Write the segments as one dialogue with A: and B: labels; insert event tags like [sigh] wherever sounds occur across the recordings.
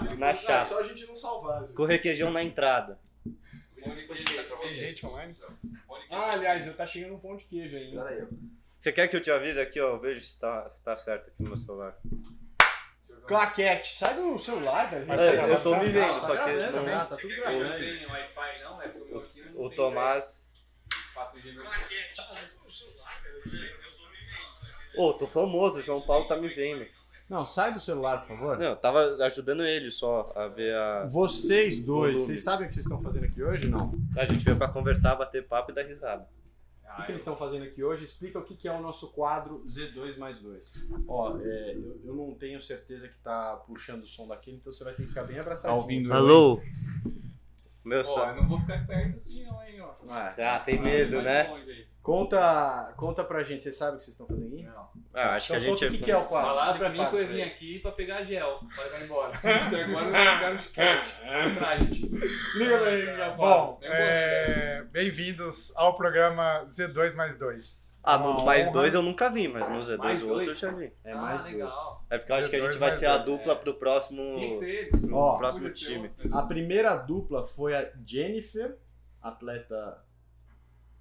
A: um Então,
B: de não salvar. assim.
C: Com requeijão na entrada.
B: Tem gente online? Ah, aliás, eu tá chegando um pão de queijo ainda.
D: Pera aí, ó.
C: Você quer que eu te avise aqui, ó? Eu vejo se tá, se tá certo aqui no meu celular.
B: Claquete, sai do celular, velho.
C: É, eu tô
B: Tá
C: me
B: gravando,
C: vendo, só
B: tá
C: que
B: gravando
C: não-
B: já, tá tudo gravando.
A: não tem Wi-Fi, não? É porque o meu aqui não
C: O
A: tem,
C: Tomás.
A: né? Papo de-
C: Ô, tô famoso, o João Paulo tá me vendo.
B: Não, sai do celular, por favor.
C: Não, eu tava ajudando ele só a ver a.
B: Vocês dois,
C: Volume.
B: vocês sabem o que vocês estão fazendo aqui hoje? Não. O
C: A gente veio pra conversar, bater papo e dar risada.
A: Ah,
B: que eles estão fazendo aqui hoje? Explica o que que é o nosso quadro Z2 mais 2. Ó, é, eu, eu não tenho certeza que tá puxando o som daquele, então você vai ter que ficar bem abraçadinho. assim.
D: Tá ouvindo?
C: Alô? Meu
A: Ó, eu
C: está.
A: não vou ficar perto assim, não, hein, ó.
C: Ah, tem medo,
A: Vai
C: né?
A: longe aí.
B: é? Conta, conta pra gente, vocês sabem o que vocês estão fazendo aqui?
A: Não.
C: Ah, acho que a
B: Então
C: gente.
B: conta o que, que é o quadro.
A: Falaram
B: Explica
A: pra
B: o
A: mim
B: quadro
A: que eu ia
B: pra
A: vir
B: ele.
A: aqui pra pegar gel. Agora vai embora. [laughs] Até agora eu um ficaram de quente. Traz, gente. Liga pra ele, minha
E: Bom,
A: bola.
E: é, bem-vindos ao programa Z2 mais 2.
C: Ah, no
E: Uma
C: mais
E: honra.
C: dois eu nunca vi, mas no Z2
A: Mais
C: o outro eu
A: dois?
C: já vi.
B: É mais
A: ah,
B: dois.
A: legal.
C: É porque eu acho que a
E: Z2
C: gente vai
E: mais
C: ser a
E: dois.
C: dupla pro próximo.
A: Tinha que ser ele.
B: Ó,
C: Pro próximo
A: Podia ser
C: time.
A: outro.
B: A primeira dupla foi a Jennifer, atleta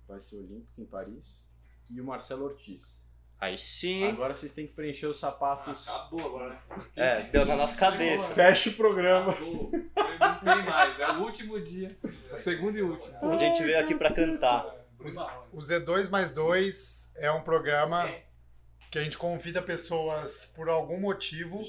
B: vai ser olímpica em Paris, e o Marcelo Ortiz.
C: Aí sim.
B: Agora vocês têm que preencher os
A: Ah,
B: sapatos.
A: acabou agora, né?
C: É, deu na nossa cabeça.
B: Fecha o programa.
A: Acabou. Não tem mais. É o último dia. É O segundo e último.
C: Onde a gente veio aqui pra cantar.
A: Tá. Bruno Marrone.
E: O Z2 mais 2 é um programa que a gente convida pessoas por algum motivo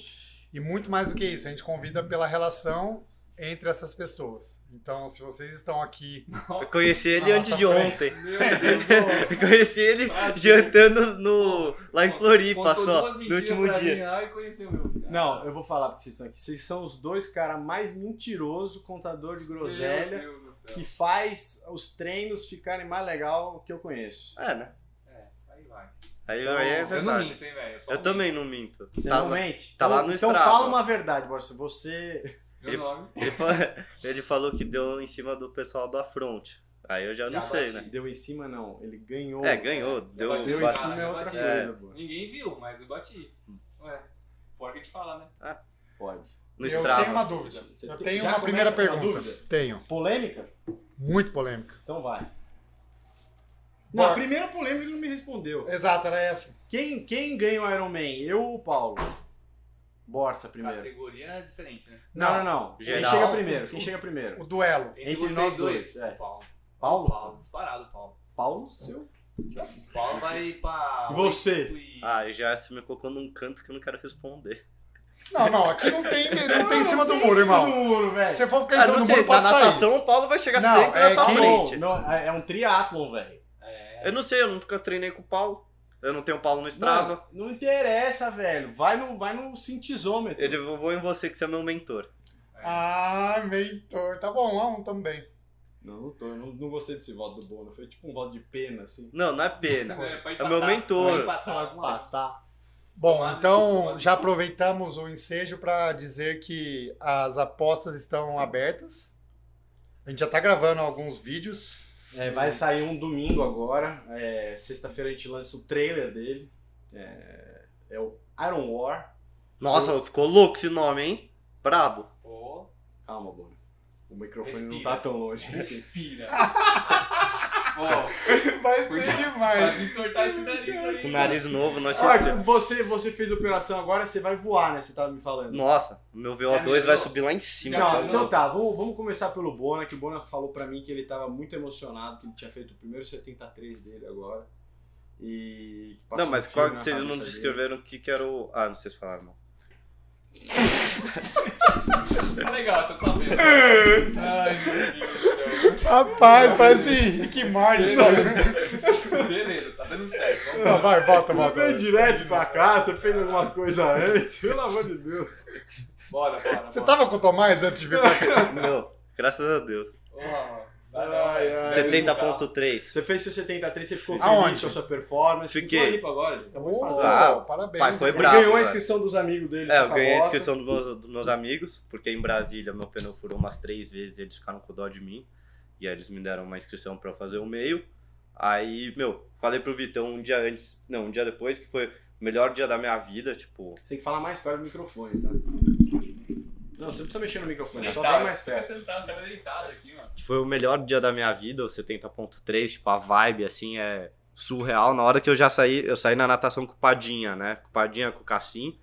E: e muito mais do que isso, a gente convida pela relação entre essas pessoas. Então, se vocês estão aqui,
C: Eu conheci ele
E: Nossa,
C: antes de
E: foi.
C: ontem.
A: Meu Deus,
C: Eu conheci ele jantando no, lá em Floripa
A: Contou
C: só,
A: duas
C: no
A: mentiras
C: último
A: pra
C: dia.
A: mim lá e conheceu meu.
B: Não, eu vou falar pra vocês estão aqui. Vocês são os dois caras mais mentiroso, contador de groselha,
A: Meu Deus do céu.
B: que faz os treinos ficarem mais legal que eu conheço.
C: É, né?
A: É, aí vai.
C: Aí
B: Então,
C: aí é
A: Eu não
C: verdade.
A: minto, hein, velho. só
C: Eu
A: minto.
C: também não minto.
B: Você
C: Tá-
B: não mente?
C: tá lá
B: Então-
C: no
B: Então
C: Strava.
B: fala uma verdade, Borsa. Você.
A: Meu nome.
C: ele, fa- [laughs] ele falou, que deu em cima do pessoal do Afront. Aí eu já não
A: Já
C: sei,
A: bati.
C: né?
B: Deu em cima, não. Ele ganhou.
C: É, ganhou. Deu,
A: bati
B: Deu em
A: bati.
C: bate-
B: cima é
A: Eu
B: outra
A: bati.
B: coisa, Borsa.
A: Ninguém viu, mas eu bati. Ué, pode te falar, né?
B: Pode.
C: no
E: eu
C: Strava.
E: tenho uma dúvida.
B: Você
E: Eu
B: tem-
E: tenho
B: já
E: uma
B: começa
E: primeira
B: com uma
E: pergunta.
B: dúvida?
E: Tenho.
B: Polêmica?
E: Muito polêmica.
B: Então vai. Não,
E: Bora.
B: a primeira polêmica ele não me respondeu.
E: Exato, era essa.
B: Quem, quem ganha o Iron Man? Eu ou o Paulo? Borsa primeiro.
A: Categoria é diferente, né?
B: Não, não, não.
C: Geral.
B: Quem chega primeiro? Quem chega primeiro?
E: O duelo.
B: Entre nós dois, é.
A: Paulo.
B: Paulo?
A: Paulo, disparado, Paulo.
B: Paulo, seu.
A: Paulo vai pra.
B: E você?
A: oito e-
C: Ah, e já se me colocou num canto que eu não quero responder.
E: Não, não, aqui não tem, não tem tá em cima do
B: Tem
E: muro, irmão.
B: do muro, velho.
E: Se você for ficar em
C: Ah,
E: cima
C: não
E: do
C: sei,
B: tá
E: muro,
C: na
E: pode sair.
C: natação o Paulo vai chegar
E: Não,
C: sempre
E: é
C: na sua
E: que-
C: frente.
B: Não, não, é é um triatlon, velho.
A: É.
C: Eu não sei, eu nunca treinei com o Paulo. Eu não tenho Paulo no Strava.
B: Não, não interessa, velho. Vai no, vai no cintisômetro.
C: Eu digo, eu vou em você que você é meu mentor.
E: Ah, mentor. Tá bom, a um também.
B: Não, não tô. eu Não, não gostei desse voto do Bono. Foi tipo um voto de pena, assim. Tá,
C: Não, não é pena.
A: É, pra
C: É
A: empatar,
C: meu mentor.
A: pra empatar, vamos lá.
B: Empatar.
E: Bom,
A: Tomás,
E: então
A: Tomás.
E: já aproveitamos o ensejo para dizer que as apostas estão abertas. A gente já tá gravando alguns vídeos.
B: É, vai sair um domingo agora. É, Sexta-feira a gente lança o trailer dele. É, é o Iron War.
C: Nossa, ficou louco esse nome, hein? Brabo.
A: Pô,
B: Calma, Bruno. O microfone não
A: Respira.
B: tá tão longe assim. [laughs]
A: pira. Ó,
E: Vai
A: ser [laughs]
E: demais.
A: Quase entortar esse nariz aí.
C: Com nariz novo, nós
B: Olha, você, você fez operação agora, você vai voar, né? Você tava me falando.
C: Nossa, meu
B: é
A: Já
C: VO2
A: melhorou?
C: vai subir lá em cima.
B: Não,
A: Não,
B: então
A: não.
B: tá, vamos, vamos começar pelo Bona, que o Bona falou pra mim que ele tava muito emocionado, que ele tinha feito o primeiro 73 dele agora. E. que passou
C: Não, mas
B: um
C: qual
B: filme na
C: vocês não
B: cabeça dele.
C: descreveram o que, que era o. Ah, não sei se falaram,
B: [laughs]
C: não.
A: Tá legal, tô sabendo.
C: [laughs]
A: Ai, meu Deus do céu.
E: Rapaz, parece Rick Martin, sabe?
A: Beleza, Beleza, tá dando certo. Vamos
E: Não,
A: lá.
E: vai, volta,
B: Você
E: volta.
B: veio direto pra cá, você fez alguma coisa antes, pelo amor de Deus.
A: Bora, bora.
E: Você tá-
A: bora.
E: tava com o Tomás antes de vir pra cá?
C: Não, graças a Deus.
A: Ô, mano, vai lá,
B: Ai,
A: velho.
B: ai.
A: Deve mudar.
C: 70.3.
B: Você fez seu 73, você ficou
E: Aonde?
B: feliz com a sua performance.
C: Fiquei.
B: Ficou ali pra agora, ele acabou de fazer.
C: Ah,
E: parabéns.
C: pai, foi
B: Ele
C: bravo,
B: ganhou a
C: velho.
B: inscrição dos amigos dele.
C: É, eu
B: saca
C: ganhei a
B: bota.
C: inscrição dos meus, dos meus amigos, porque em Brasília meu pneu furou umas três vezes e eles ficaram com dó de mim. E aí eles me deram uma inscrição pra eu fazer o meio. Aí, meu, falei pro Vitão um dia antes, não, um dia depois, que foi o melhor dia da minha vida, tipo.
B: Você tem que falar mais perto do microfone, tá? Não, você não precisa mexer no microfone, só
A: Deitado.
B: vem mais
A: Fica
B: perto.
A: sentado, tava tá deitado aqui, mano.
C: Foi o melhor dia da minha vida, o 70.3, tipo, a vibe, assim, é surreal. Na hora que eu já saí, eu saí na natação com o Padinha, né? Com o Padinha, com o Cassim.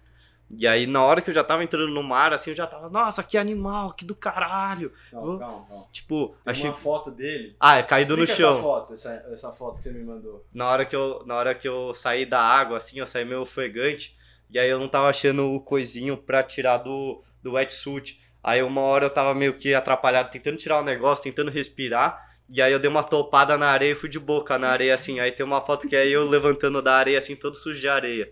C: E aí, na hora que eu já tava entrando no mar, assim, eu já tava, nossa, que animal, que do caralho.
B: Calma, calma, calma.
C: Tipo,
B: Tem
C: achei.
B: uma foto dele.
C: Ah, é caído no
B: Explica
C: chão.
B: Essa foto, essa, essa foto que você me mandou.
C: Na hora, que eu, na hora que eu saí da água, assim, eu saí meio ofegante. E aí eu não tava achando o coisinho pra tirar do, do wetsuit. Aí uma hora eu tava meio que atrapalhado, tentando tirar o negócio, tentando respirar. E aí eu dei uma topada na areia e fui de boca na areia, assim. Aí tem uma foto que é eu levantando da areia, assim, todo sujo de areia.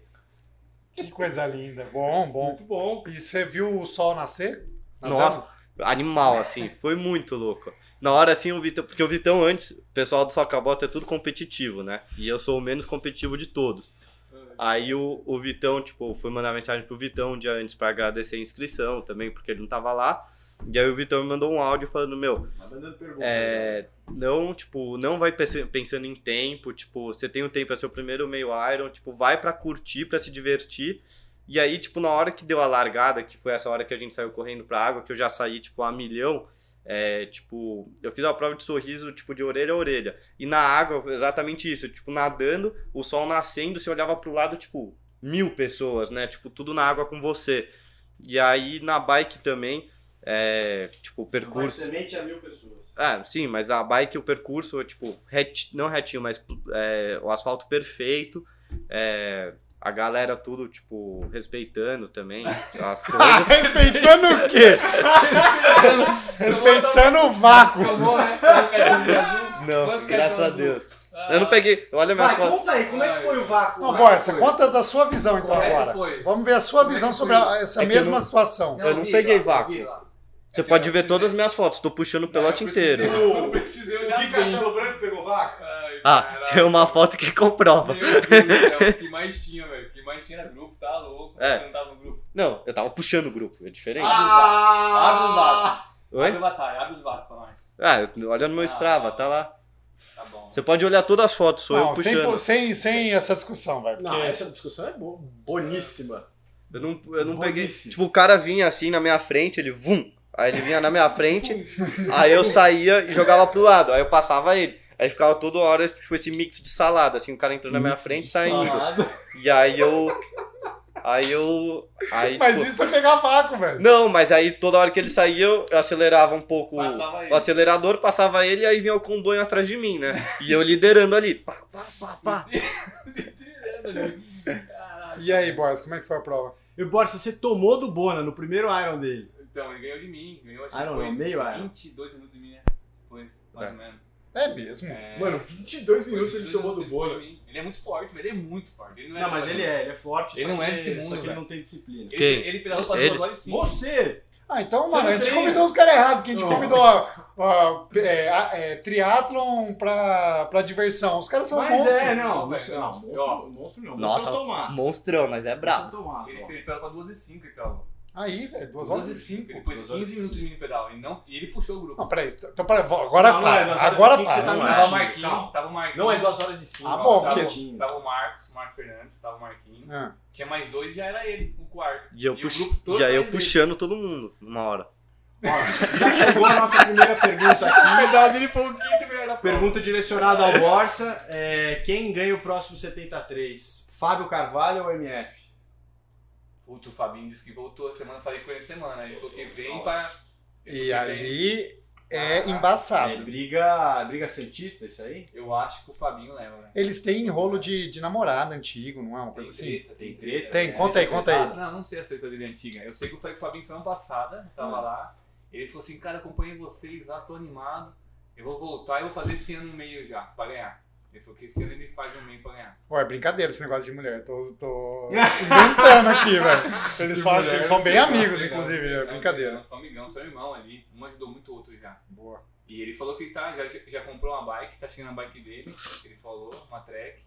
E: Que coisa linda. Bom, bom.
B: Muito bom.
E: E você viu o sol nascer? [laughs]
C: Nossa, animal, assim. Foi muito louco. Na hora, assim, o Vitão... Porque o Vitão, antes, o pessoal do Socabota é tudo competitivo, né? E eu sou o menos competitivo de todos. Aí o, o Vitão, tipo, fui mandar mensagem pro Vitão um dia antes pra agradecer a inscrição também, porque ele não tava lá. E aí o Vitão me mandou um áudio falando, meu,
B: Mandando Tá pergunta. né?
C: é, não, tipo, não vai pense- pensando em tempo, tipo, você tem um tempo, é seu primeiro meio Iron, tipo, vai pra curtir, pra se divertir. E aí, tipo, na hora que deu a largada, que foi essa hora que a gente saiu correndo pra água, que eu já saí, tipo, a milhão, é, tipo, eu fiz uma prova de sorriso, tipo, de orelha a orelha. E na água, foi exatamente isso, tipo, nadando, o sol nascendo, você olhava pro lado, tipo, mil pessoas, né? Tipo, tudo na água com você. E aí, na bike também, é, tipo, o percurso...
B: semente a mil pessoas.
C: Ah, sim, mas a bike, o percurso, é, tipo, reti- não retinho, mas é, o asfalto perfeito, é, a galera tudo, tipo, respeitando também as coisas.
E: Respeitando o quê? Respeitando o vácuo.
A: Acabou, né? Acabou o cartãozinho azul. Quantos
C: não, graças a
A: cartões
C: Deus.
A: Ah,
C: Eu não peguei, olha minhas
B: Vai,
C: fotos.
B: conta aí, como é que foi o vácuo?
E: Não,
B: Vai,
E: Borsa,
B: foi.
E: conta da sua visão então
A: como é que
E: agora.
A: foi?
E: Vamos ver a sua
A: Como é
E: visão
A: que
E: sobre
A: foi?
E: a- essa
C: É que eu
E: mesma
C: não-
E: situação.
C: eu não peguei
A: lá, eu vi lá.
C: Você
A: Assim,
C: pode
A: eu
C: ver
A: precisei-
C: todas as minhas fotos, tô puxando o pelote
A: eu precisei-
C: inteiro.
A: Eu precisei
B: O
A: olhar
B: Gui
A: bem.
B: Castelo Branco pegou vácuo?
A: Ai,
C: Ah,
A: caralho.
C: tem uma foto que comprova.
A: Meu Deus do céu, o que mais tinha, velho? O que mais tinha era grupo, tá louco.
C: É.
A: Você não tava no grupo.
C: Não, eu tava puxando o grupo, é diferente.
A: Abre os
B: Ah!
A: vatos. Abre
C: Oi?
A: o batalha, abre os vatos pra nós.
C: Ah, eu- olha no meu
A: Ah.
C: Strava, tá lá.
A: Tá bom.
C: Você pode olhar todas as fotos, sou eu
E: Não, sem,
C: puxando.
E: sem, sem essa discussão, vai. Porque
B: Não, essa discussão é bo- boníssima.
C: Eu não, eu não peguei.
B: Burrice.
C: Tipo, o cara vinha assim na minha frente, ele vum. Aí ele vinha na minha frente,
E: [laughs]
C: aí eu saía e jogava pro lado. Aí eu passava ele. Aí ficava toda hora tipo, esse mix de salada, assim, o cara entrando na minha frente e saindo. E aí eu. Aí eu. Aí,
E: Mas
C: tipo,
E: isso é pegar vácuo, velho.
C: Não, mas aí toda hora que ele saía, eu eu acelerava um pouco
A: Passava ele.
C: o acelerador, passava ele e aí vinha o comboio atrás de mim, né? E eu liderando ali. Pá, pá, pá, pá.
A: Caralho.
E: E aí, Borges, como é que foi a prova?
B: E Borsa, você tomou do Bona no primeiro Iron dele.
A: Então, ele ganhou de mim. Ganhou acho
B: Ah,
A: que
B: não, não,
A: depois
B: meio Iron.
A: 22 minutos de mim, né? Depois, mais
C: É.
A: ou menos.
E: É mesmo?
A: É,
B: Mano,
A: depois
B: 22 minutos
A: de
B: ele
A: 22
B: tomou do
A: depois
B: Bona.
A: de mim. Ele é muito forte, mas ele é muito forte. Ele não, é
B: Não, mas
A: só-
B: ele é, ele é forte.
A: Ele
B: só
A: não é
B: que
A: desse mundo,
B: Só que ele
A: velho.
B: não tem disciplina.
A: Ele,
C: Quem?
A: ele pedalou
C: Ele?
A: pra 2 horas e 5.
B: Você!
E: Ah, então,
B: Você
E: mano,
B: não
E: a gente
B: treina?
E: convidou os caras errados, porque a gente
B: Não.
E: convidou a, a- é, a- é, triatlon pra, pra diversão. Os caras são
B: mas
E: monstros.
B: é, não.
A: Não, velho,
B: Monstro não.
A: não.
B: Monstro, monstro não.
C: Nossa,
B: monstro é o Tomás.
C: Monstrão, mas é brabo.
B: Monstro é o Tomás,
A: Ele,
B: ó.
A: ele pedalou pra 2 e 5, ele pedalou.
E: Aí, velho, duas horas
A: 2
E: e
A: e 5.
E: cinco.
A: Ele pôs
B: Duas horas
A: 15
B: e
A: minutos de mim no pedal. E, não, e ele puxou o grupo.
E: Não, peraí. Então, peraí, vou- agora
B: Não, não é
E: para.
B: duas horas e
E: agora
B: cinco,
E: para.
B: você tá
E: Não,
B: no
E: é.
A: tava o
B: Marquinho,
A: Marquinho,
B: calma.
A: tava o Marquinho.
B: Não é 2 horas e Tá 5.
E: Ah, bom,
A: tava,
E: porque-
B: Tinha.
A: tava o Marcos, o Marcos Fernandes, tava o Marquinho.
E: Ah,
A: Tinha mais dois e já era ele, o quarto.
C: E eu,
A: o
C: pux...
A: grupo todo
C: e aí eu
A: atrás dele.
C: puxando todo mundo numa hora.
B: Ó, já chegou a nossa primeira pergunta
A: O
B: aqui.
A: pedal dele foi o quinto melhor da prova.
B: Pergunta direcionada ao Borsa. É, quem ganha o próximo 73? Fábio Carvalho ou MF?
A: Puta, o Fabinho disse que voltou a semana, falei com ele semana. Aí ele falou que vem pra.
E: E aí
A: Ah,
E: é
B: É,
E: embaçado.
B: briga, briga santista, isso aí?
A: Eu acho que o Fabinho leva, né?
E: Eles têm enrolo de, de namorada antigo, não é uma coisa assim?
B: Tem treta?
E: Tem,
A: né?
E: conta aí, conta aí.
A: Ah, Não, não sei a treta dele antiga. Eu sei que eu falei com o Fabinho semana passada, eu tava lá. Ele falou assim, cara, acompanhei vocês lá, tô animado. Eu vou voltar e vou fazer esse ano e meio já, pra ganhar. Ele falou que esse ano ele faz um meio pra ganhar.
E: Pô, é brincadeira esse negócio de mulher. Tô, tô inventando aqui, velho. Eles só acham que eles são bem amigos, inclusive. É brincadeira.
A: São amigão, são irmão ali. Um ajudou muito o outro já.
E: Boa.
A: E ele falou que ele tá, já, já comprou uma bike, tá chegando a bike dele. Ele falou, uma track,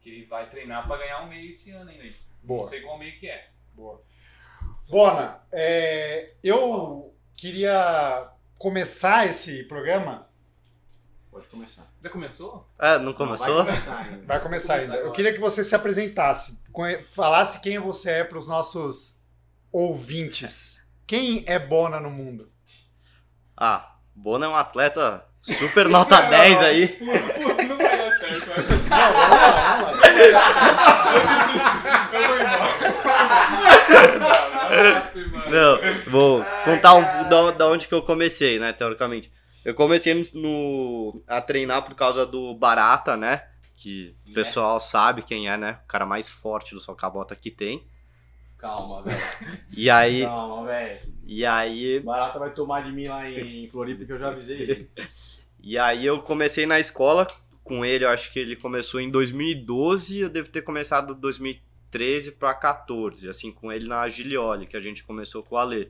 A: que ele vai treinar pra ganhar um meio esse ano ainda. Não
E: Boa.
A: sei qual meio que é.
E: Boa. Bona, é, eu queria começar esse programa.
B: Pode começar.
A: Já
E: [laughs]
A: começou?
C: É, não
B: Vai
C: começou?
B: começar ainda.
E: Vai começar ainda. Eu
A: agora.
E: queria que você se apresentasse, conhe- falasse quem você é para os nossos ouvintes. Quem é Bona no mundo?
C: Ah, Bono é um atleta super nota 10 aí.
A: Pô, não vai dar certo. eu acho. Eu desisto. Eu vou embora.
C: Não, vou contar um, da, da onde que eu comecei, né, teoricamente. Eu comecei no, no- a treinar por causa do Barata, né? Que o pessoal sabe quem é, né? O cara mais forte do socabota que tem.
B: Calma, velho.
C: E aí,
B: Calma, velho.
C: e aí,
B: Barata vai tomar de mim lá em Floripa que eu já avisei ele.
C: e aí eu comecei na escola com ele, eu acho que ele começou em 2012, eu devo ter começado 2013 para 14, assim, com ele na Gilioli, que a gente começou com o Alê.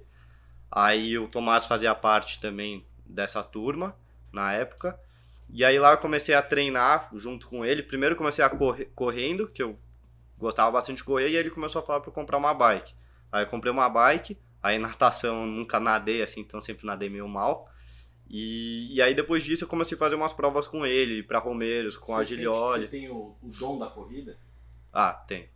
C: Aí o Tomás fazia parte também dessa turma na época. E aí lá eu comecei a treinar junto com ele. Primeiro eu comecei a correr, correndo, que eu gostava bastante de correr, e aí ele começou a falar para comprar uma bike. Aí eu comprei uma bike, aí [laughs] natação eu nunca nadei assim, então sempre nadei meio mal. E, e aí depois disso eu comecei a fazer umas provas com ele, para Romeiros, [laughs] com a
B: Você sente que
C: Gilioli.
B: Você tem o, o dom da corrida?
C: Ah, tem.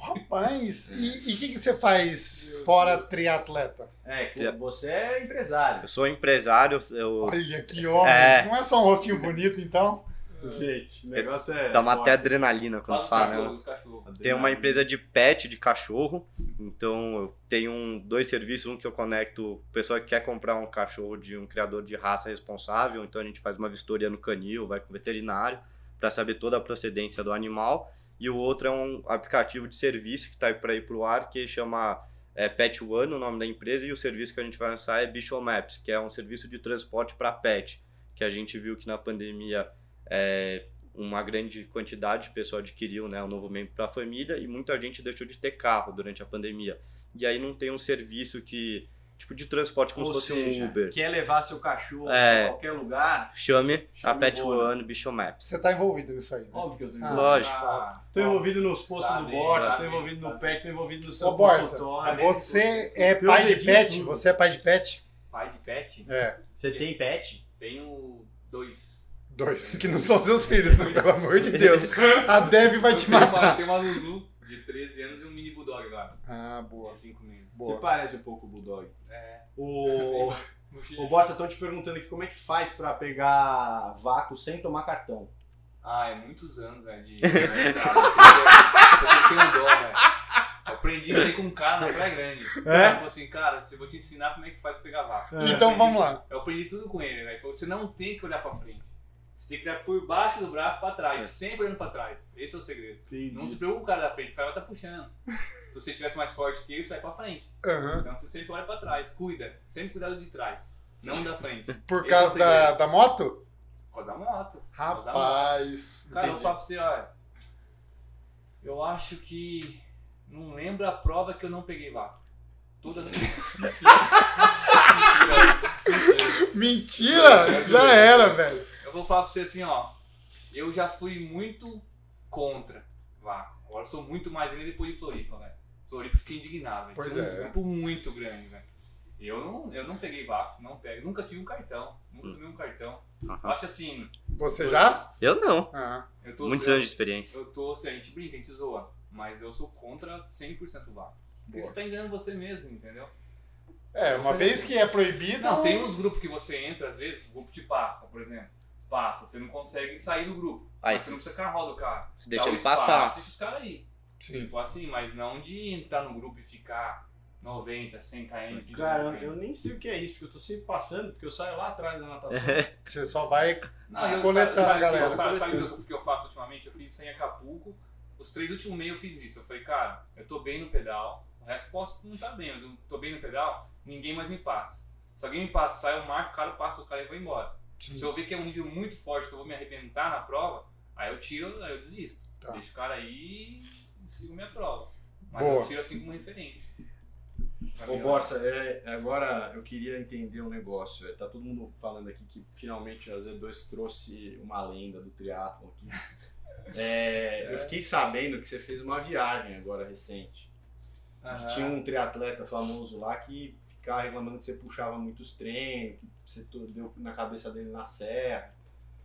E: Rapaz, e e o que, que você faz fora triatleta?
B: É, que você é empresário.
C: Eu sou empresário, eu
E: Olha que homem!
C: É.
E: Não é só um rostinho bonito, então?
B: É. Gente, o negócio é.
C: dá uma até
B: forte.
C: adrenalina quando
A: Fala
C: fala,
A: os
C: né?
A: cachorros, os cachorros.
C: Tem uma empresa de pet de cachorro, então eu tenho um- dois serviços, um que eu conecto pessoa que quer comprar um cachorro de um criador de raça responsável, então a gente faz uma vistoria no canil, vai com o veterinário para saber toda a procedência do animal, e o outro é um aplicativo de serviço que está para ir para o ar que chama é, Pet One, o nome da empresa, e o serviço que a gente vai lançar é Bicho Maps, que é um serviço de transporte para pet, que a gente viu que na pandemia é, uma grande quantidade de pessoa adquiriu né, um novo membro para a família e muita gente deixou de ter carro durante a pandemia. E aí não tem um serviço que tipo de transporte como
B: Ou
C: se fosse
B: seja,
C: um Uber.
B: Quer levar seu cachorro
C: É.
B: a qualquer lugar?
C: Chame, a
B: Chame
C: Pet
B: o Bora.
C: One Bicho é Maps.
E: Você tá envolvido nisso aí, né?
B: Óbvio que eu tô
E: Ah,
B: envolvido.
C: lógico.
A: Ah,
B: Tô envolvido nos postos
A: Tá
B: do
A: bem,
B: Borja,
A: tá
B: tô
A: bem,
B: envolvido
A: tá
B: no
A: bem.
B: pet, tô envolvido no seu
E: Ô, Borsa,
B: consultório.
E: você é
B: Tem um
E: pai de
B: dedinho
E: pet?
B: tudo.
E: Você é pai de pet?
A: Pai de pet?
E: É,
B: Você tem pet?
A: Tenho dois.
E: dois. Que não são seus filhos, né? Pelo amor de Deus. A Deb vai
A: Eu
E: te
A: tenho uma-
E: matar.
A: Tem uma Lulu de 13 anos e um mini bulldog agora.
E: Ah,
A: De
E: boa.
A: 5 meses.
B: Você
E: Boa.
B: parece um pouco o Bulldog.
A: É.
B: [laughs] O, o Borsa, estão te perguntando aqui como é que faz pra pegar vácuo sem tomar cartão.
A: Ah, é muitos anos, velho. De... Eu tenho dó, velho. um né? Eu Aprendi isso aí com um cara na Praia Grande. Ele falou assim, cara, se eu vou te ensinar como é que faz pegar vaca.
B: É.
E: Então vamos lá.
A: Eu aprendi tudo com ele, velho. Ele falou, você não tem que olhar pra frente. Você tem que olhar por baixo do braço pra trás,
C: É.
A: sempre olhando pra trás. Esse é o segredo. Não se
B: Entendi.
A: preocupe com o cara da frente, o cara vai tá puxando. Se você tivesse mais forte que ele, você vai pra frente.
E: Aham.
A: Então você sempre olha pra trás, cuida. Sempre cuidado de trás, não da frente.
E: Por
A: Esse
E: causa
A: é o segredo.
E: da, da moto?
A: Por causa da moto. Por causa da moto.
E: Rapaz.
A: Cara, eu vou
E: entendi.
A: falar pra você, olha. Eu acho que. Não lembro a prova que eu não peguei vácuo. Todas. Mentira.
E: Mentira! Já era, velho.
A: eu vou falar pra você assim, ó. Eu já fui muito contra vácuo. Agora eu sou muito mais ainda depois de Floripa, velho. Floripa eu fiquei indignado, velho.
E: Pois
A: Tinha
E: é.
A: um grupo muito grande, velho. Eu não, eu não peguei vácuo, não pego. Nunca tive um cartão. Nunca tomei um cartão. Eu
C: Aham.
A: acho assim.
E: Você já?
C: Eu não.
E: Ah.
A: Eu tô
C: Muitos
A: eu-
C: anos de experiência.
A: eu tô, assim, a gente brinca, a gente zoa, mas eu sou contra 100% vácuo. Porque
E: Boa.
A: você tá enganando você mesmo, entendeu?
E: É, uma vez que é proibido.
A: assim.
C: Então-
A: Não, tem uns grupos que você entra, às vezes, o grupo te passa, por exemplo. Passa, você não consegue sair do grupo.
C: Aí
A: mas você não precisa ficar roda do cara.
C: Se deixa
A: Dá o
C: ele
A: espaço,
C: passar.
A: Deixa os caras aí.
E: Sim.
A: Tipo assim, mas não de entrar no grupo e ficar 90, 100 km. 100
B: Cara, eu- eu nem sei o que é isso, porque eu tô sempre passando, porque eu saio lá atrás da natação.
E: Você só vai.
A: Não, eu
E: Coletar,
A: sabe, sabe,
E: galera,
A: Eu, sabe, sabe o
E: coletar.
A: que eu- que eu faço ultimamente? Eu fiz isso em Acapulco. Os três últimos meses eu fiz isso. Eu falei, cara, eu tô bem no pedal. O resto posso não tá bem, mas eu tô bem no pedal, ninguém mais me passa. Se alguém me passar, eu marco o cara, eu passo o cara e vou embora. Se eu ver que é um nível muito forte, que eu vou me arrebentar na prova, aí eu tiro, aí eu desisto.
E: Tá.
A: Deixo o cara aí e sigo minha prova. Mas
E: Boa.
A: eu tiro assim como referência. Pra
B: Ô,
A: melhorar.
B: Borsa, é, agora eu queria entender um negócio. É, Tá todo mundo falando aqui que finalmente a Z2 trouxe uma lenda do triatlon [laughs] aqui. É, Eu fiquei sabendo que você fez uma viagem agora recente.
A: Aham.
B: Tinha um triatleta famoso lá que ficava reclamando que você puxava muitos treinos, que você to- deu na cabeça dele na serra.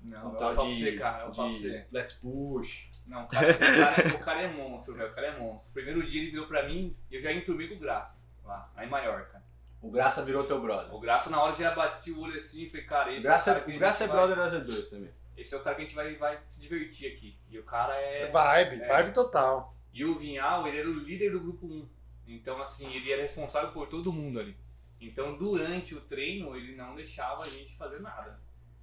A: Não, eu falo É um pra você, cara. Eu falo pra
B: Então, de
A: você.
B: Let's push.
A: Não, o cara, o cara- o cara é monstro, velho. O cara é monstro. Primeiro dia ele virou pra mim e eu já enturmei com o Graça. lá, lá em Maiorca.
B: O Graça virou teu brother.
A: O Graça na hora já bati o olho assim e falei, cara,
B: O
A: esse é o
B: Graça,
A: cara que
B: o
A: a
B: Graça é
A: gente vai-
B: brother do Z2 também.
A: Esse é o cara que a gente vai, vai se divertir aqui. E o cara é.
E: Vibe,
A: É.
E: vibe total.
A: E o Vinhal, ele era o líder do grupo 1. Então, assim, ele era responsável por todo mundo ali. Então, durante o treino, ele não deixava a gente fazer nada.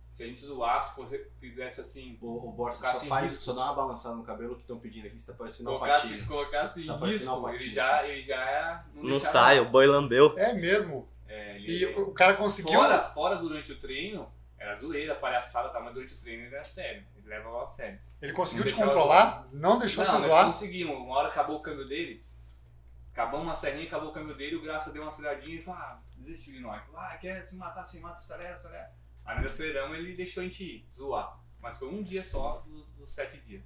A: Se a gente zoasse, se você fizesse assim,
B: O, o Borges
A: Ficar
B: só
A: sem
B: faz,
A: risco.
B: só dá uma balançada no cabelo que estão pedindo aqui, você tá parecendo um
A: colocasse,
B: patinho.
A: colocasse
B: Tá
A: em
B: parecendo
A: risco,
B: uma
A: ele
B: patinha.
A: já, ele já não,
C: Não
A: deixava.
C: sai, o boi lambeu.
E: É mesmo.
A: É, ele-
E: E o cara conseguiu.
A: fora, fora durante o treino, era zoeira, palhaçada, tá? mas durante o treino ele era sério. Ele levava a sério.
E: Ele conseguiu
A: Não
E: te
A: deixava
E: controlar? Não deixou
A: não,
E: você
A: nós
E: zoar?
A: conseguimos. Uma hora acabou o câmbio dele. Acabou uma serrinha, acabou o câmbio dele, o Graça deu uma aceleradinha e falou, ah, desistiu de nós. Falou, ah, quer se matar, se mata, acelera, acelera. Aí nós aceleramos ele deixou a gente ir, zoar. Mas foi um dia só dos, dos sete dias.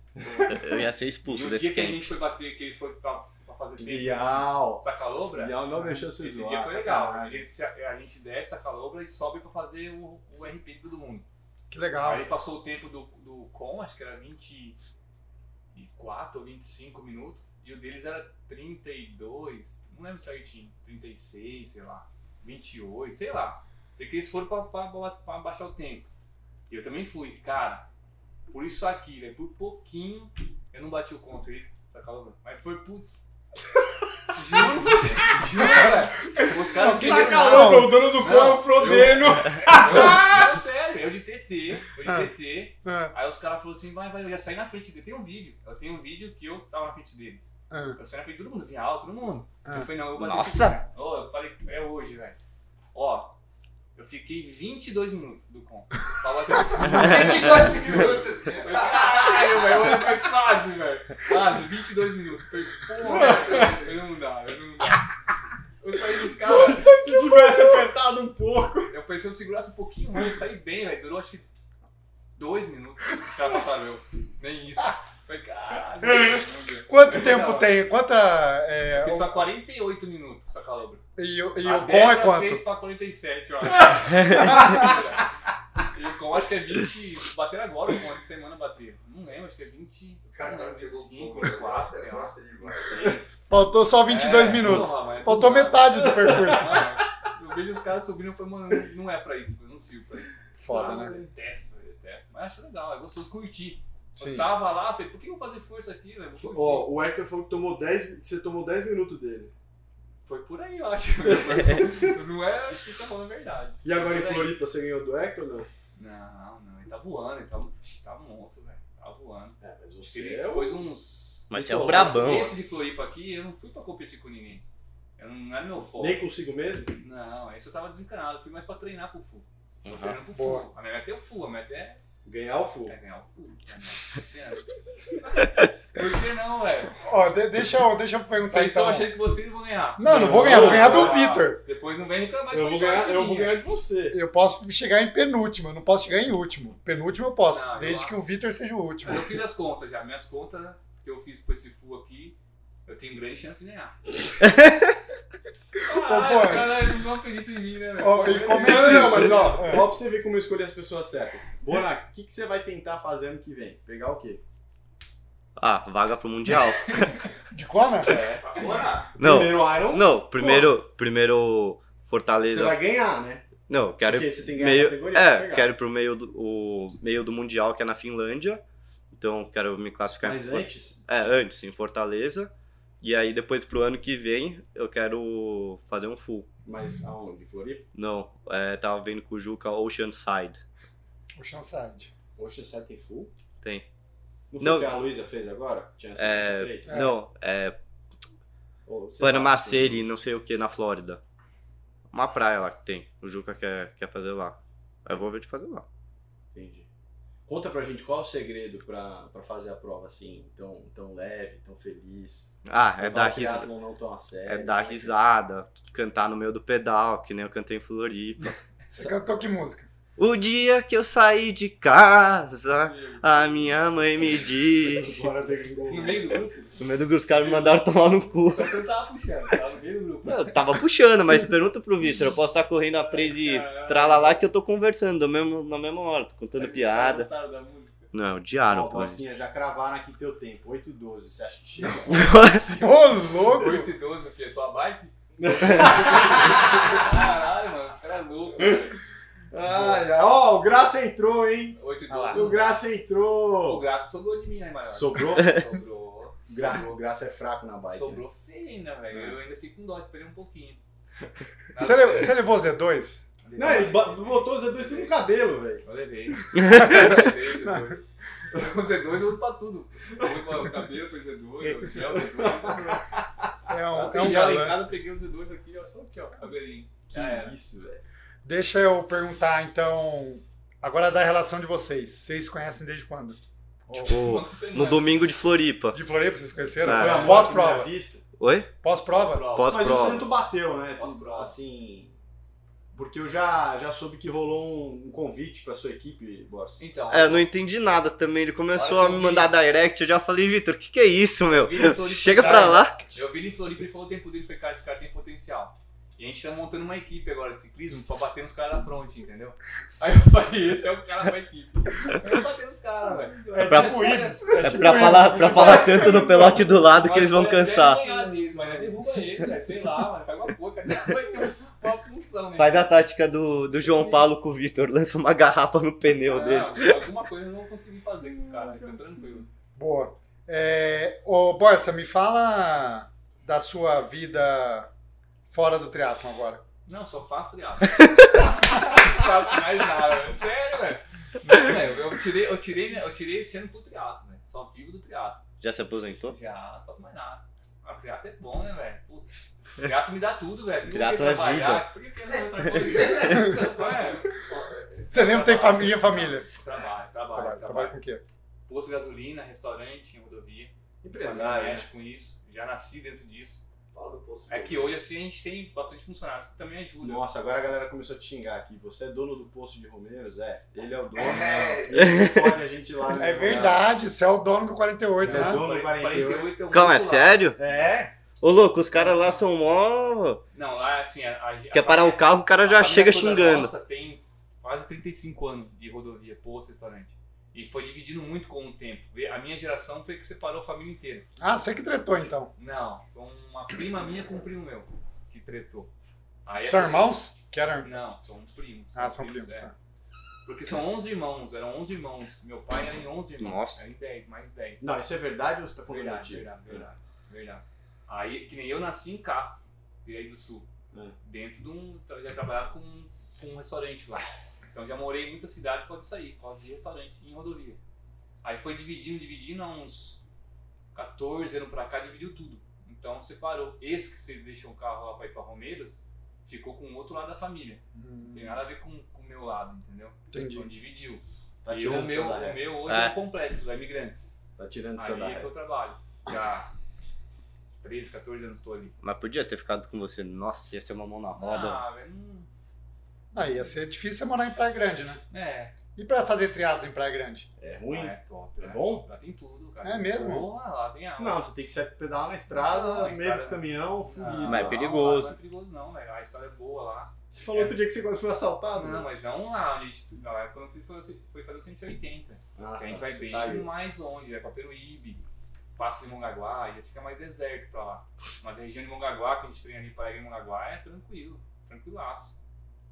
C: Eu ia ser
A: E
C: expulso
A: o dia
C: desse
A: que a
C: camp.
A: gente foi bater, que ele foi pra, pra fazer tempo,
B: Bial.
A: sacalobra,
B: Bial não deixou você
A: esse
B: zoar.
A: dia foi legal. Esse
B: sacanagem.
A: dia ele se- a gente desce sacalobra e sobe pra fazer o, o RP de todo mundo.
E: Que
A: Aí
E: legal.
A: ele passou o tempo do, do com, acho que era 24 ou 25 minutos, e o deles era 32, não lembro certinho, 36, sei lá, 28, sei lá. Sei que eles foram pra, pra, pra- pra baixar o tempo. E eu também fui, cara, por isso aqui, velho, por pouquinho eu não bati o com, você acredita? Sacanagem. Mas foi, putz. [laughs] Juro, juro, velho. Os caras
E: Alguém
A: queriam nada.
E: sacanagem. Não, tá
B: o dono do
A: não, cão é o
B: Frodeno.
E: [laughs]
A: Eu- não, sério, eu de TT, eu de TT.
E: Ah,
A: Aí os caras falaram assim, vai, vai, eu ia sair na frente dele. Tem um vídeo. Eu tenho um vídeo que eu tava na frente deles.
E: ah.
A: Eu saí na frente de todo mundo, vinha alto, todo mundo.
E: Ah.
A: Eu falei, não, eu bati
C: Nossa!
A: esse cara. Ó, eu falei, é hoje, velho. Ó, eu fiquei 22 minutos do com. Pra bater o com.
D: 22
E: [laughs]
D: minutos.
A: Eu falei, Caralho, velho, foi quase, velho. Quase, 22 minutos. Foi,
E: [laughs]
A: porra, eu não dá, eu não dá. Eu saí dos caras,
B: Se tivesse apertado um pouco.
A: eu pensei, se eu segurasse um pouquinho, mas eu saí bem, velho. Durou acho que dois minutos. Os caras passaram eu. Nem isso. Falei, caralho.
E: É.
A: não deu.
E: Quanto
A: Foi
E: tempo
A: legal.
E: tem? Quanta. é,
A: Eu Fiz
E: o-
A: pra 48 minutos essa calobra.
E: E, o- e
A: A
E: o com
A: Débora
E: é quanto?
A: Ah, fez pra 47, eu
E: [laughs]
A: acho. e o com acho que é 20. Bateram agora o com, essa semana bateram. Não lembro, acho que é 20.
D: Caralho,
A: 25, 24, sei lá. 26.
E: Faltou só 22 minutos.
A: É, porra, mas
E: Faltou
A: tudo bem.
E: metade do percurso.
A: Mano, eu vejo os caras subindo e falei, mano, não é pra isso, eu não sirvo pra isso.
E: Foda,
A: Nossa,
E: né?
A: Eu detesto, eu detesto. Mas acho legal, é gostoso curtir.
E: Sim.
A: Eu tava lá, falei, por que eu vou fazer força aqui, velho? Vou curtir.
B: Ó, o Hector falou que tomou 10, que você tomou 10 minutos dele.
A: Foi por aí, eu acho. [laughs] não é o que tá falando a verdade.
B: E agora em
A: Por aí.
B: Floripa você ganhou do Hector ou não?
A: Não, não, ele tá voando, ele tá, tá monstro, velho. Tá voando.
B: É, mas
A: Ele pôs uns.
C: Mas você é o
B: Pô,
C: brabão.
A: Esse de Floripa aqui, eu não fui pra competir com ninguém. Eu não, não era meu foco.
B: Nem consigo mesmo?
A: Não, esse eu tava desencanado. Eu fui mais pra treinar pro full. Tô
C: Uhum.
A: treinando pro
E: Boa.
A: full. A minha meta é o full, a minha meta é
B: Ganhar o fogo.
A: É ganhar o cu, né? esse ano.
B: [laughs]
A: Por que não, velho?
E: Ó, de- deixa, eu, deixa eu perguntar
A: Vocês estão
E: então.
A: achando que vocês vão ganhar.
E: Não, não vou ganhar, vou ganhar do
A: Ah,
E: Vitor.
A: Depois não vem reclamar que
B: Eu vou,
A: foi
B: ganhar,
A: sorte
B: eu vou
A: minha.
B: ganhar de você.
E: Eu posso chegar em penúltimo, eu não posso chegar em último. Penúltimo eu posso,
A: Não, eu
E: desde
A: acho.
E: que o Vitor seja o último.
A: é. Eu fiz as contas já. Minhas contas que eu fiz pra esse full aqui, eu tenho grande chance de
E: [laughs]
A: ganhar. Caralho,
E: boy.
A: caralho, não acredita em mim, né, velho?
E: Ó, e
A: Pô,
E: como é
A: beleza.
B: Não, não, mas
C: [laughs]
B: ó,
E: É.
B: ó pra você ver como eu escolhi as pessoas certas. Bona, o que, que você vai tentar fazer ano que vem? Pegar o quê?
C: Ah, vaga pro Mundial.
E: De
A: [laughs]
E: né? Kona?
B: Bona!
C: Não.
B: Primeiro Iron,
C: Não, primeiro, primeiro
B: você
C: Fortaleza.
B: vai ganhar, né?
C: Não, eu quero
B: Porque
C: ir
B: você tem que ganhar a
C: meio,
B: categoria, tá
C: é,
B: ligado?
C: quero ir pro meio do, o meio do mundial que é na Finlândia. Então quero me classificar em
B: Mas
C: Fort-
B: antes,
C: é, antes em Fortaleza. E aí depois pro ano que vem eu quero fazer um full.
B: mas aonde? Floripa?
C: Não, é, tava vendo com o Juca Oceanside.
E: O Chanside.
B: Ocean Side tem full?
C: Tem.
B: Não foi
C: Não.
B: o que a Luísa fez agora? Tinha
C: É,
B: 53?
C: Não, é
B: Ou você
C: Panama
B: passa, tem-
C: City, não sei o que na Flórida. Uma praia lá que tem. O Juca quer, quer fazer lá. Eu vou ver de fazer lá.
B: Entendi. Conta pra gente qual é o segredo pra, pra fazer a prova assim, tão, tão leve, tão feliz.
C: Ah, é
B: Não fala
C: dar
B: que
C: risada.
B: triatlon não tão a sério.
C: É dar risada, cantar no meio do pedal, que nem eu cantei em Floripa.
E: Você cantou que música?
C: o dia que eu saí de
E: Tá.
C: casa, a minha mãe me disse.
B: Bora ter que
A: No meio do grupo? Então,
C: No meio do grupo, os caras me mandaram tomar no cu.
A: Você não tava puxando, tava no meio do grupo.
C: Eu tava puxando, mas pergunta pro Vitor. Eu posso estar correndo a 3 e tralalá que eu tô conversando do mesmo, na mesma hora, tô contando
A: Os caras
C: piada.
A: gostaram da música.
C: Não, é
B: Ó,
C: diário, pelo menos.
B: Valcinha, assim, já cravaram aqui teu tempo, 8 12 você acha que chega?
E: Ô, louco!
A: 8 e 12, o quê? Só a bike?
E: [laughs]
B: Não,
A: Caralho, mano, esse cara é louco, velho.
B: [laughs] Ai, ai. Ó, o Graça entrou, hein?
A: 8 e
B: Ah lá.
A: 12.
B: O Graça
A: O
B: entrou.
A: Graça sobrou de mim lá em Maior.
B: Sobrou?
A: [laughs] Sobrou.
B: Graça, o Graça é fraco na bike. né?
A: Sobrou feio ainda, velho.
B: É.
A: Eu ainda fiquei com dó, esperei um pouquinho.
E: [laughs] Você, le- você levou Z2?
B: né? Não, ele ba- botou os Z2 tudo no cabelo, velho.
A: Eu
E: [laughs]
A: levei. Eu levei o Z2. O Z2 eu uso pra tudo. Eu uso pra cabelo com Z2, o gel Z2.
E: É um,
A: Assim,
E: é um
A: já lá em
E: galã.
A: casa eu peguei o Z2 aqui, ó, só aqui, ó, cabelinho.
B: Que isso, velho.
E: Deixa eu perguntar, então, agora da relação de vocês. Vocês se conhecem desde quando?
C: Tipo,
A: Quantas semanas?
C: no domingo de Floripa.
E: De Floripa, vocês conheceram?
C: Ah,
E: Foi
B: amor
E: a
B: à
E: pós-prova.
B: primeira vista.
C: Oi?
E: Pós-prova?
A: Prova.
B: Mas o
C: Pós-prova.
B: Santo bateu, né?
A: Pós-prova.
B: Assim. Porque eu já, já soube que rolou um, um convite pra sua equipe, Borges.
A: Então,
C: É, eu não entendi nada também. Ele começou
A: Olha
C: a me
A: que
C: mandar direct. Eu já falei, Vitor, o que, que é isso, meu?
A: Vi ele falou de
C: Chega pra
A: cara.
C: lá.
A: eu vi ele em Floripa e falou o tempo dele, falei, cara, esse cara tem potencial. E a gente tá montando uma equipe agora de ciclismo pra bater nos caras da fronte, entendeu? Aí eu falei, esse é o cara da equipe. Eu bater nos caras, velho.
E: É
C: pra-
E: tipo Ibis.
C: É
E: tipo
C: pra
E: Ibis.
C: falar, pra falar tanto no pelote do lado que eles vão
A: Mas, olha,
C: cansar.
A: deve ganhar deles, Mas né, derruba ele, velho, sei lá, mano, pega uma boca. Cara, vai ter uma função, né?
C: Faz a tática do, do João Paulo com o Vitor, lança uma garrafa no pneu
A: Ah,
C: dele.
A: Alguma coisa eu não consegui fazer com os caras, fica tranquilo.
E: Boa. É, ô, Borsa, me fala da sua vida fora do triatlon agora.
A: Não, só faço triatlo. [laughs] não faço mais nada, velho. Sério, velho. Não, velho, Eu tirei, eu, tirei, eu tirei esse ano pro triatlo, velho. Só vivo do triatlo.
C: Já se aposentou?
A: Já não faço mais nada. Ah, triatlo é bom, né, velho? Putz. Triatlo me dá tudo, velho. Por que
C: Triatlo é
A: trabalhar? Por que que eu não vou pra fora?
E: [laughs] Você nem tem família, família.
A: Trabalho, trabalho,
E: Trabalho, trabalho
A: trabalho.
E: com o quê?
A: Posto de gasolina, restaurante, rodovia.
B: Empresário. né?
A: Mexe com isso. Já nasci dentro disso.
D: Fala do posto.
A: É que hoje, assim, a gente tem bastante funcionários que também ajudam.
B: Nossa, agora a galera começou a te xingar aqui. Você é dono do posto de Romeiros? É. Ele é o dono.
D: É.
B: Ele fode a gente [laughs] lá. né?
E: É verdade, você é o dono do
B: É,
E: 48,
B: é
E: né?
B: dono do 48.
A: é um
C: Calma, é
A: outro lado.
C: sério?
B: É.
C: Ô louco, os caras lá são mó.
A: Não, lá, assim, a, a,
C: Quer parar o carro, o cara já chega xingando.
A: Nossa, tem quase 35 anos de rodovia, posto, restaurante. E foi dividindo muito com o tempo. Vê, A minha geração foi que separou a família inteira.
E: Ah, você que tretou então.
A: Não, foi uma prima minha com um primo meu que tretou. Aí, é
E: São
A: essa-
E: irmãos? Que eram...
A: Não, são primos.
E: Ah, são primos, tá.
A: é. Porque são 11 irmãos, eram 11 irmãos. Meu pai era em 11 irmãos.
C: Nossa.
A: Era em 10, mais 10.
B: Não, isso é verdade ou você tá falando
A: Verdade,
B: mentira?
A: verdade, verdade, verdade. É. Aí, que nem eu nasci em Castro, Piraí do Sul.
B: É.
A: Dentro de um. Eu já trabalhava com, um- com um restaurante lá. Então já morei em muita cidade por causa disso aí, por causa de restaurante, em rodovia. Aí foi dividindo, dividindo, há uns 14 anos pra cá, dividiu tudo. Então separou. Esse que vocês deixam o carro lá pra ir pra Romeiros, ficou com o outro lado da família. Não
E: Hum.
A: tem nada a ver com com o meu lado, entendeu? Então
E: Entendi.
A: dividiu.
B: Tá
A: e o
B: tirando
A: meu,
B: seu da
A: o
B: ré.
A: meu hoje é,
C: É.
A: o completo, da Imigrantes.
B: Tá tirando seu da
A: Aí é que
B: ré.
A: eu trabalho. Já 13, 14 anos tô ali.
C: Mas podia ter ficado com você. Nossa, ia ser uma mão na roda.
A: Ah, velho. hum,
E: Ah, ia ser difícil você morar em Praia Grande, né?
A: É.
E: E pra fazer triatlo em Praia Grande?
B: É ruim?
A: lá É top.
B: É
A: né?
B: bom?
A: Lá tem tudo, cara.
E: É mesmo?
A: Porra, lá tem água.
B: Não, você tá tem que sair pedalar na estrada,
A: Não, na
B: no meio
A: estrada
B: do
A: não.
B: caminhão, fugido.
A: Ah,
C: Mas é
A: lá,
C: perigoso.
A: lá Não é perigoso, não, velho. A estrada é boa lá.
B: Você falou outro dia que você quase foi assaltado.
A: é- Não,
B: né?
A: mas não lá onde a gente. Não, é quando você foi, foi fazer o 180.
B: Ah,
A: que a gente
B: tá,
A: vai
B: você
A: bem
B: sabe.
A: mais longe, é pra Peruíbe, passa de Mongaguá, já fica mais deserto pra lá. Mas a região de Mongaguá, que a gente treina ali para ir em Mongaguá, é tranquilo, tranquilaço.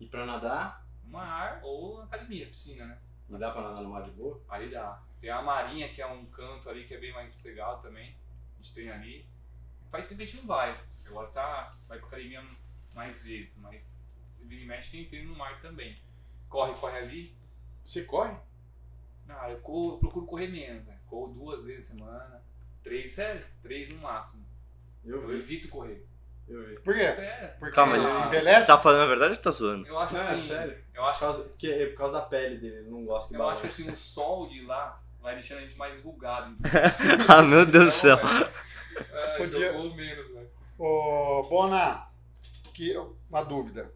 B: E pra nadar?
A: Mar ou academia, piscina, né?
B: Não dá pra nadar no mar de boa?
A: Ali dá. Tem a Marinha, que é um canto ali que é bem mais sossegado também. A gente tem ali. Faz tempo que a gente não vai. Agora tá. Vai pra academia mais vezes, mas se vira e mexe tem treino no mar também. Corre, corre ali.
B: Você corre?
A: Ah, eu, corro, eu procuro correr menos, né? Corro duas vezes na semana. Três, sério? Três no máximo.
B: Eu
A: Eu
B: vi,
A: evito correr.
B: eu vi.
E: Por quê?
A: Sério?
E: Porque
C: Calma,
A: ele-
E: envelhece?
C: Tá falando a verdade ou tá zoando? [laughs]
A: Eu acho
B: Ah,
A: assim.
B: sério?
A: Eu acho
B: Por causa, porque é por causa da pele dele, ele não gosta que
A: Eu acho que
B: balance.
A: assim, o sol de lá vai deixando a gente mais bugado.
C: Ah, meu Deus do
A: Então,
C: [laughs] céu.
A: velho, é, [laughs]
E: Podia-
A: jogou menos, velho.
E: Ô, Bona, que, uma dúvida.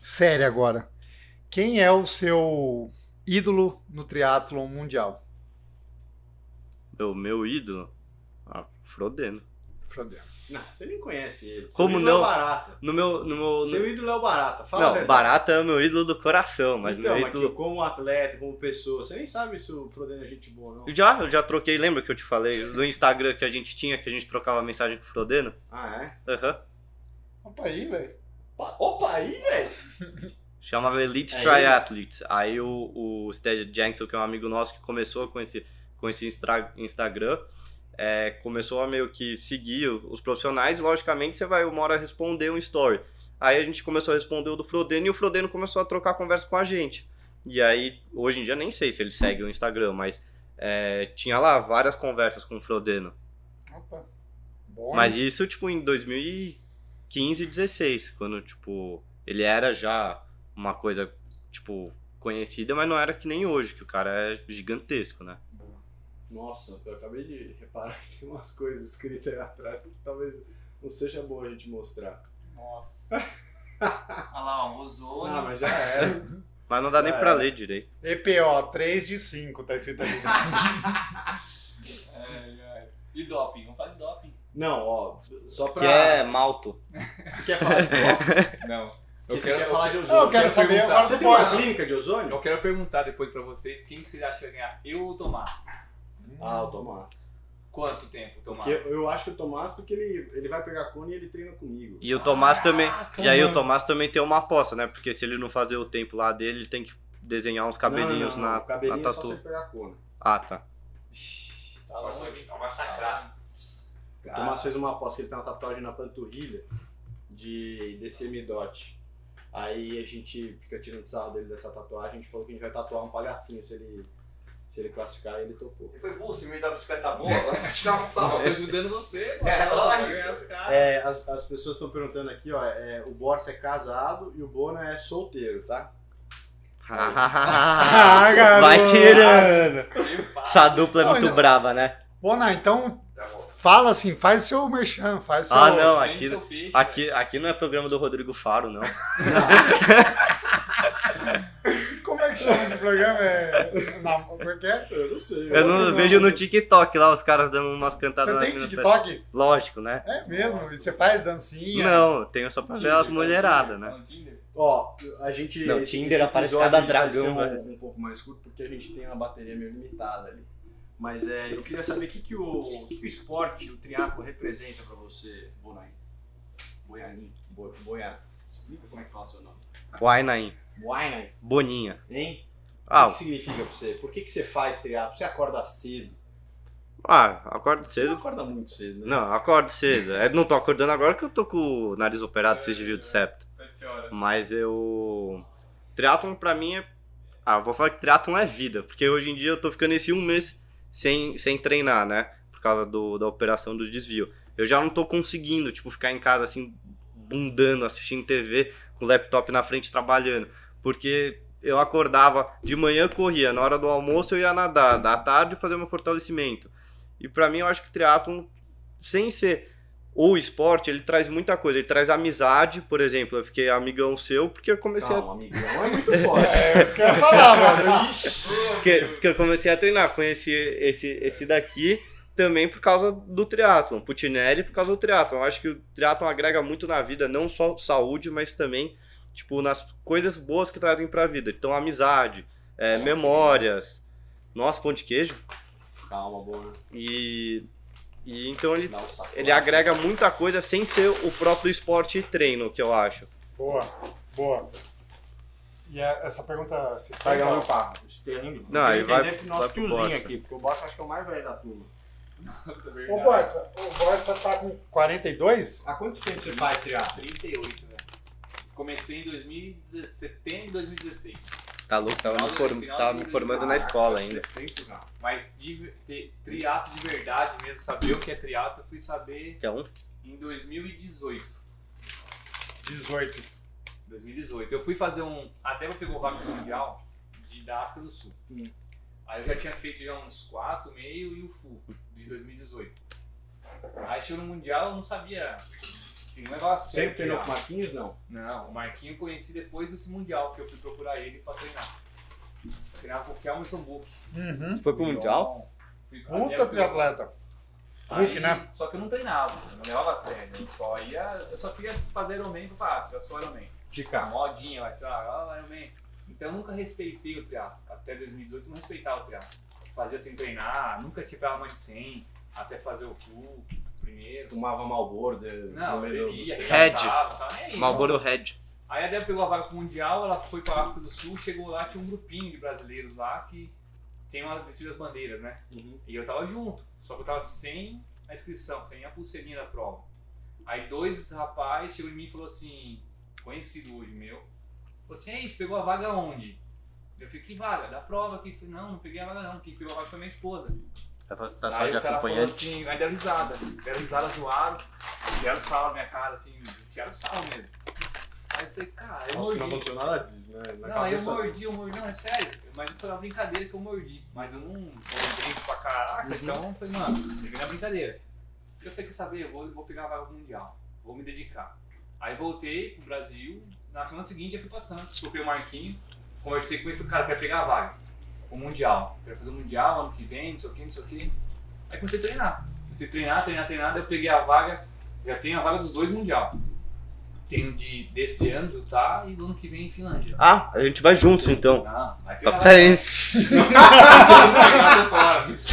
E: Séria agora. Quem é o seu ídolo no triatlon mundial?
C: Meu, meu ídolo? Ah, Frodeno.
E: Frodeno.
B: Não, você nem conhece ele. Seu
C: Como
B: ídolo é o
C: não?
B: Barata.
C: No meu. No meu no-
B: Seu ídolo é o Barata. Fala a
C: Não,
B: verdade.
C: Barata é o meu ídolo do coração, mas
B: então,
C: meu
B: mas
C: ídolo.
B: que como atleta, como pessoa, você nem sabe se o Frodeno é gente boa ou não.
C: Já, eu já troquei, lembra que eu te falei do Instagram que a gente tinha, que a gente trocava mensagem com o Frodeno?
B: Ah, é?
C: Aham.
E: Opa aí, velho.
B: Opa, opa aí, velho!
C: Chamava Elite
B: Aí-
C: Triathletes. Aí o, o Stead Jackson, que é um amigo nosso que começou com esse, com esse instra- Instagram, é, começou a meio que seguir o- os profissionais. Logicamente, você vai uma hora responder um story. Aí a gente começou a responder o do Frodeno e o Frodeno começou a trocar conversa com a gente. E aí, hoje em dia, nem sei se ele segue o Instagram, mas é, tinha lá várias conversas com o Frodeno.
E: Opa. Bom.
C: Mas isso, tipo, em 2015, 16, quando, tipo, ele era já uma coisa, tipo, conhecida, mas não era que nem hoje, que o cara é gigantesco, né?
B: Nossa, eu acabei de reparar que tem umas coisas escritas aí atrás que talvez não seja boa a gente mostrar.
A: [laughs] Nossa. Olha lá, ó, ozônio.
B: Ah, mas já era.
C: Mas não dá nem
B: Ah,
C: pra
B: é.
C: ler direito.
E: EPO, 3 de 5, tá escrito ali.
A: Ai, ai. é, E doping, vamos falar de doping.
B: Não, ó, só pra.
C: Que é malto.
B: Você quer falar de ozônio?
A: Não.
B: Você quer falar de
E: Não, eu quero
B: ozônio?
A: quero
E: saber
A: perguntar.
E: agora
B: Você
E: do
B: tem uma
E: Borges.
B: clínica de ozônio?
A: Eu quero perguntar depois pra vocês quem que vocês acham que vai ganhar, eu ou o Tomás?
B: Ah, o Tomás.
A: Quanto tempo, Tomás?
B: Porque eu eu acho que o Tomás, porque ele, ele vai pegar cone e ele treina comigo.
C: E o
B: Ah,
C: Tomás também.
A: Caraca,
C: E aí o
A: mano.
C: Tomás também tem uma aposta, né? Porque se ele não fazer o tempo lá dele, ele tem que desenhar uns cabelinhos
B: não, não,
C: na,
B: não, cabelinho
C: na
B: é só você
C: tatu.
B: pegar cone.
C: Ah, tá.
B: [laughs]
A: Ixi, Tá
D: Agora você vai
A: longe.
D: ficar massacrado.
B: O Tomás fez uma aposta que ele tem uma tatuagem na panturrilha de DCM Dot. Aí a gente fica tirando sarro dele dessa tatuagem, a gente falou que a gente vai tatuar um palhacinho se ele, se ele classificar, ele topou.
D: Ele foi burro, no meio da bicicleta boa, agora vai te dar um
A: Não,
D: pau.
A: eu tô ajudando você, mano.
D: É, lógico.
A: Vai ganhar os caras.
B: É, as, as pessoas estão perguntando aqui, ó, é, o Borsa é casado e o Bona é solteiro, tá?
E: Ah, garoto.
C: Vai tirando.
A: Que fácil.
C: Essa dupla é
E: Não,
C: muito
E: não.
C: brava, né?
E: Bona, então
D: Já volto.
E: fala assim, faz o seu merchan, faz o seu...
C: Ah, não,
A: Vende
C: aqui,
A: seu peixe, velho.
C: aqui, aqui não é programa do Rodrigo Faro, não.
E: Como é que chama esse programa? É... Na... Como é que é?
B: Eu não sei.
C: Eu não
E: Não.
C: vejo no TikTok lá os caras dando umas cantadas
E: Você
C: Tá na
E: tem
C: mina.
E: TikTok?
C: Lógico, né?
E: É mesmo? E você faz dancinha?
C: Não, eu tenho só pra ver as
E: é.
A: Tinder, tá no
C: mulheradas,
A: Tinder,
C: né?
A: tá no Tinder.
B: Ó, a gente.
C: Não,
B: esse-
C: Tinder
B: esse
C: aparece
B: episódio
C: cada
B: vai ser
C: dragão,
B: Um, um pouco mais curto porque a gente tem uma bateria meio limitada ali. Mas é, eu queria saber o que, que, o, o que, que o esporte, o triatlo representa pra você, Bonain. Boianin. Bo, Boia. Explica como é que fala seu nome.
C: Wainain.
B: Boianin,
C: Boninha.
B: hein? o
C: Ah,
B: que, que significa pra você? Por que, que você faz triatlo? Você acorda cedo?
C: ah, acordo
B: Você não
C: cedo.
B: acorda muito cedo, né?
C: Não, acordo cedo. Eu não tô acordando agora que eu tô com o nariz operado, fiz de de septo.
A: Sete horas.
C: Mas eu. Triatlon pra mim é. Ah, eu vou falar que triatlon é vida, porque hoje em dia eu tô ficando esse um mês sem, sem treinar, né? Por causa do, da operação do desvio. Eu já não tô conseguindo, tipo, ficar em casa assim, bundando, assistindo TV, com o laptop na frente trabalhando. Porque eu acordava de manhã, corria, na hora do almoço eu ia nadar, da tarde fazer meu fortalecimento. E pra mim eu acho que triatlon, sem ser o esporte, ele traz muita coisa. Ele traz amizade, por exemplo. Eu fiquei amigão seu porque eu comecei
B: Calma, amigão, é muito forte.
E: É, isso que eu né? ia falar, mano. Ixi.
C: a. Porque, porque eu comecei a treinar. Conheci esse, esse daqui também por causa do triatlon. Putinelli por causa do triatlon. Eu acho que o triatlon agrega muito na vida, não só saúde, mas também, tipo, nas coisas boas que trazem pra vida. Então, amizade, é,
A: Pão de
C: memórias. Nossa, pão de queijo.
B: [laughs] Calma, Bona.
C: E. E então ele,
B: Dá um saco.
C: ele agrega muita coisa sem ser o próprio esporte e treino, que eu acho.
E: Boa, boa. E a- essa pergunta, você está
B: Pega meu carro. Esterlindo.
C: Não,
B: Tem
C: aí
B: que
C: vai-
B: entender pro nosso
C: vai pro
B: tiozinho
C: Borsa.
B: aqui, porque o Borsa acho que é o mais velho da turma.
A: Nossa, é
E: Ô,
A: verdade.
E: Borsa, o Borsa tá com 42?
B: Há quanto tempo você faz triatlo?
A: 38, velho. né? Comecei em 2016, setembro de 2016.
C: Tá louco, tava,
A: Final
C: me,
A: do-
C: form-
A: final
C: tava
A: do-
C: me formando na
B: Ah,
C: escola ainda.
B: Tempo já.
A: Mas de, ver- ter triato de verdade mesmo, saber o que é triato, eu fui saber
C: Que é um?
A: em 2018.
E: 18.
A: 2018. Eu fui fazer um. A Débora pegou o Rock Mundial de, da África do Sul.
B: Hum.
A: Aí eu já tinha feito já uns 4, meio e o full de 2018. Aí chegou no Mundial, eu não sabia. Assim, não levava a sério
B: Sempre treinou
A: triatlo.
B: com Marquinhos, não?
A: Não, o Marquinho eu conheci depois desse Mundial, que eu fui procurar ele pra treinar. Eu treinava com o Kelmerson Book.
E: Uhum.
C: Foi pro Mundial?
A: Fui com a
E: Puta
A: Débora.
E: triatleta.
A: Aí,
E: Book, né?
A: Só que eu não treinava, eu não né? levava a sério. Eu só ia. Tipo, ah, Eu só queria fazer Ironman e falar, ah, já sou Ironman. A
B: Dica.
A: modinha vai ser, ah, Ironman. Então eu nunca respeitei o triatlo. Até 2018 eu não respeitava o triatlo. Fazia sem treinar, nunca tirava mais de 100, até fazer o full, primeiro.
B: Fumava Malboro
A: Não,
B: no meio do-
A: bebia,
B: dos-
C: Red.
A: arregaçava, não tava nem aí.
C: Malboro Red.
A: tá? É Aí a Débora pegou a vaga pro Mundial, ela foi pra África do Sul, chegou lá, tinha um grupinho de brasileiros lá que tem uma descida das bandeiras, né?
B: Uhum.
A: E eu tava junto, só que eu tava sem a inscrição, sem a pulseirinha da prova. Aí dois rapazes chegou em mim e falou assim, conhecido hoje meu, falou assim, é isso, pegou a vaga onde? Eu falei, que vaga? Da prova aqui. Eu Falei, não, não peguei a vaga não, quem pegou a vaga foi minha esposa
C: Você tá
A: aí o cara falou assim, aí deram risada. Deram risada, zoaram, deram sal na minha cara, assim, deram sal mesmo. Aí eu falei, cara, é eu
B: Nossa, não
A: mordi.
B: aconteceu nada disso, né? Na
A: Não, aí eu
B: cabeça-
A: mordi, eu mordi, não, é sério. Mas foi uma brincadeira que eu mordi. Mas eu não mordei pra caraca,
B: Uhum.
A: então eu falei, mano, peguei na brincadeira. Eu falei, quer saber, eu vou, vou pegar a vaga pro mundial, vou me dedicar. Aí voltei pro Brasil, na semana seguinte eu fui pra Santos, troquei o Marquinho, conversei com ele, falei, cara, eu quero pegar a vaga, o mundial. Quero fazer o mundial ano que vem, não sei o que, não sei o que. Aí comecei a treinar. Comecei a treinar, treinar, treinar, daí eu peguei a vaga, já tenho a vaga dos dois mundial. Tenho de, deste ano, de Utah, e do ano que vem em Finlândia.
C: Ah, a gente vai juntos então.
A: Não, Ah, vai
C: Tá
A: pegar.
C: aí.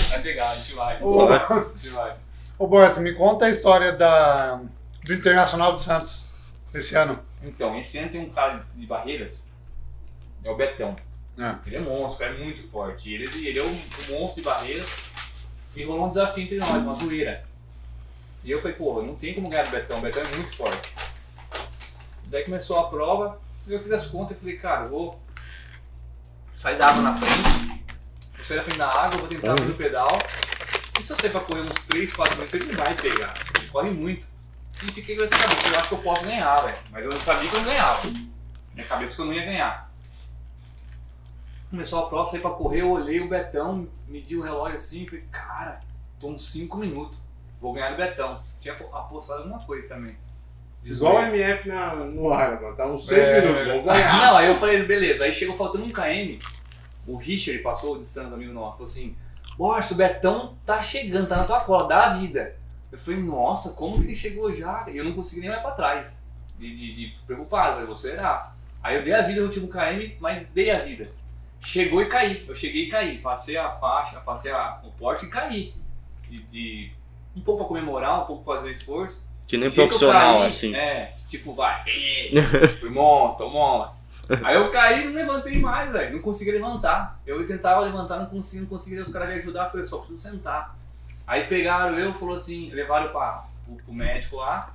A: Vai pegar, a gente vai.
E: Ô.
A: A gente vai.
E: Ô, Boris, me conta a história da, do Internacional de Santos esse ano.
A: Então, esse ano tem um cara de barreiras, é o Betão.
E: É.
A: Ele é monstro, é muito forte. Ele, ele é um, um monstro de barreiras. E rolou um desafio entre nós, uma zoeira. E eu falei, pô, não tem como ganhar do Betão, o Betão é muito forte. Daí começou a prova, e eu fiz as contas e falei, cara, eu vou sair da água na frente, vou sair da frente da água, vou tentar abrir o pedal. E se eu sair pra correr uns 3, 4 metros, ele vai pegar. Ele corre muito. E fiquei com essa cabeça, eu acho que eu posso ganhar, velho. Mas eu não sabia que eu não ganhava. Minha cabeça que eu não ia ganhar. Começou a prova, saí pra correr, eu olhei o Betão, medi o relógio assim e falei, cara, tô uns 5 minutos. Vou ganhar no Betão. Tinha fo- apostado alguma coisa também.
B: Igual o MF na, no ar, mano. Tá uns 6
E: É.
B: minutos. Vamos ganhar.
A: Não, aí eu falei, beleza. Aí chegou faltando um KM, o Richard passou, o distante amigo nosso, falou assim: Borsa, o Betão tá chegando, tá na tua cola, dá a vida. Eu falei, nossa, como que ele chegou já? E eu não consegui nem olhar pra trás. De, de, de preocupado, eu falei, vou acelerar. Aí eu dei a vida no último KM, mas dei a vida. Chegou e caí. Eu cheguei e caí. Passei a faixa, passei a, o porte e caí. De, de- um pouco pra comemorar, um pouco pra fazer esforço.
C: Que nem
A: Do jeito que eu
C: profissional,
A: caí,
C: assim.
A: É, tipo, vai, é, fui monstro, monstro. Aí eu caí e não levantei mais, velho. Não consegui levantar. Eu tentava levantar, não consegui, não consegui. Aí Os caras me ajudaram, eu falei, só preciso sentar. Aí pegaram eu, falou assim, levaram pra, pro, pro médico lá.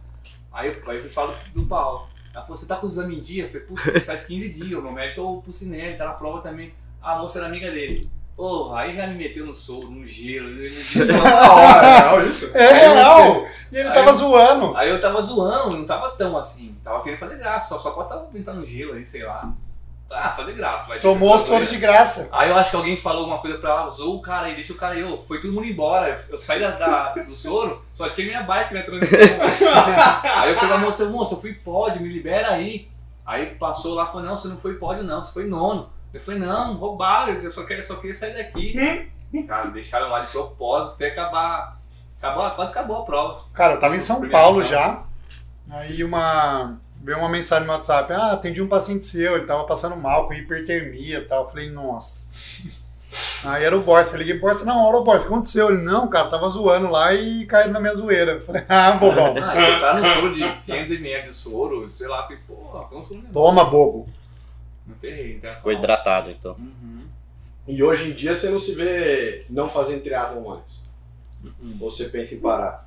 A: Aí eu, aí eu fui falar do Paulo. Ela falou, você tá com os exame em dia? Eu falei, putz, faz 15 dias. O meu médico é o Pucinelli, tá na prova também. A moça era amiga dele. Porra, aí já me meteu no soro, no gelo. ele me disse,
B: Da hora, é real isso.
E: [laughs] É real! E ele
A: Aí
E: tava
A: eu-
E: zoando.
A: Aí eu tava zoando, não tava tão assim. Tava querendo fazer graça, só, só pode tava tentar no gelo aí, sei lá. Ah, fazer graça. Vai ter
E: Tomou o
A: essa
E: soro
A: zoeira.
E: de graça.
A: Aí eu acho que alguém falou alguma coisa pra ela, zoou o cara aí, deixa o cara aí, ô, foi todo mundo embora. Eu saí da, da- do soro, só tinha minha bike, minha transição. aí eu falei pra moça, moça, eu fui pódio, me libera aí. Aí passou lá, falou, não, você não foi pódio não, você foi nono. Eu falei, não, roubaram, eu só queria, só queria sair daqui. Cara, me deixaram lá de propósito até acabar. Acabou, quase acabou a prova.
E: Cara, eu tava em São
A: Premiação.
E: Paulo já. Aí uma. Veio uma mensagem no WhatsApp. Ah, atendi um paciente seu, ele tava passando mal com hipertermia e tal. Eu falei, nossa. [laughs] Aí era o Borsa, eu liguei pro Borsa, não, olha o Borsa, o que aconteceu? Ele, não, cara, tava zoando lá e caiu na minha zoeira. Eu falei, [laughs] ah,
B: [laughs]
E: bobão.
A: Ah, eu tava no soro de 500ml de soro, sei lá, falei, pô, então soro não.
E: Toma, bobo.
A: Não ferrei, então é só-
C: Foi hidratado, então.
A: Uhum.
B: E hoje em dia você não se vê não fazendo triatlon mais.
A: Uhum.
B: Ou você pensa em parar.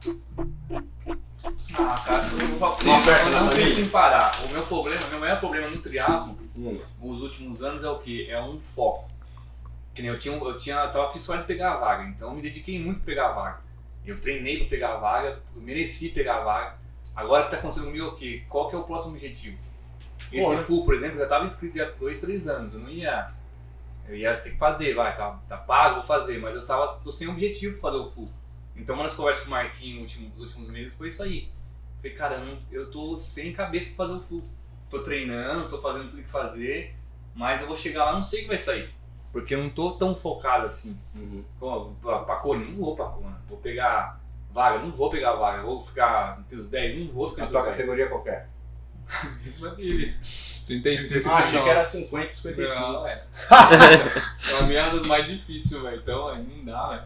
A: Ah, cara, eu vou falar pra vocês,
B: Uma oferta
A: eu
B: da
A: não
B: família.
A: penso em parar. O meu problema, meu maior um problema no triatlo
B: Hum.
A: nos últimos anos é o quê? É um foco. Que nem eu tinha, um, eu tinha, eu tava fissurado em pegar a vaga, então eu me dediquei muito a pegar a vaga. Eu treinei pra pegar a vaga, eu mereci pegar a vaga. Agora o que tá acontecendo comigo é o quê? Qual que é o próximo objetivo? Esse
B: Bora.
A: full, por exemplo, eu já tava inscrito já há dois, três anos, eu não ia... Eu ia ter que fazer, vai, tá, tá pago, vou fazer, mas eu tava, tô sem objetivo pra fazer o full. Então uma das conversas com o Marquinhos nos últimos, nos últimos meses foi isso aí. Eu Falei, cara, eu, não- eu tô sem cabeça pra fazer o full. Tô treinando, tô fazendo tudo que fazer, mas eu vou chegar lá, não sei o que vai sair. Porque eu não tô tão focado assim.
B: Uhum.
A: Como, pra pra Kona, não vou pra Kona. Vou pegar vaga, não vou pegar vaga. Vou ficar entre os 10, não vou ficar
B: A
A: entre
B: tua
A: os 10.
B: categoria é qualquer. Ah, achei que
A: Categoria...
B: era 50, 55. [laughs]
A: é, Não, é. é uma merda mais difícil, velho. Então, aí não dá, velho.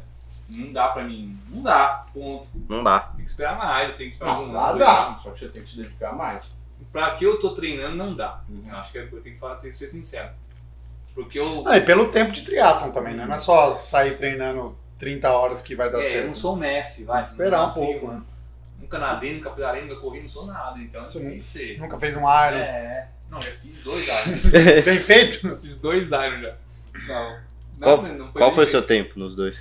A: Não dá pra mim. Não dá. Ponto.
C: Não dá.
A: Tem que esperar mais, tem que esperar mais
B: Não,
A: um
B: dá,
A: ano, dois
B: dá.
A: anos.
B: Só que você tem que se dedicar mais.
A: Pra que eu tô treinando, não dá.
B: Uhum.
A: Eu acho que é, eu tenho que falar, tenho que ser sincero. Porque eu.
E: Ah, e pelo tempo de triatlon também, né? Não é só sair treinando 30 horas que vai dar
A: é, eu
E: Tá certo.
A: não sou o Messi, vai.
E: Tem que esperar um
A: Não nasci
E: pouco, né?
A: Nunca nadei, nunca pedalei, nunca corri, não sou nada. Então é
E: Você não-
A: difícil.
E: Nunca fez um Iron.
A: É. Não, já fiz dois Iron.
E: [laughs] Bem feito?
A: Eu fiz dois Iron já. Não.
C: Qual-
A: não, não
C: Qual
A: bem
C: foi o
A: feito.
C: seu tempo nos dois?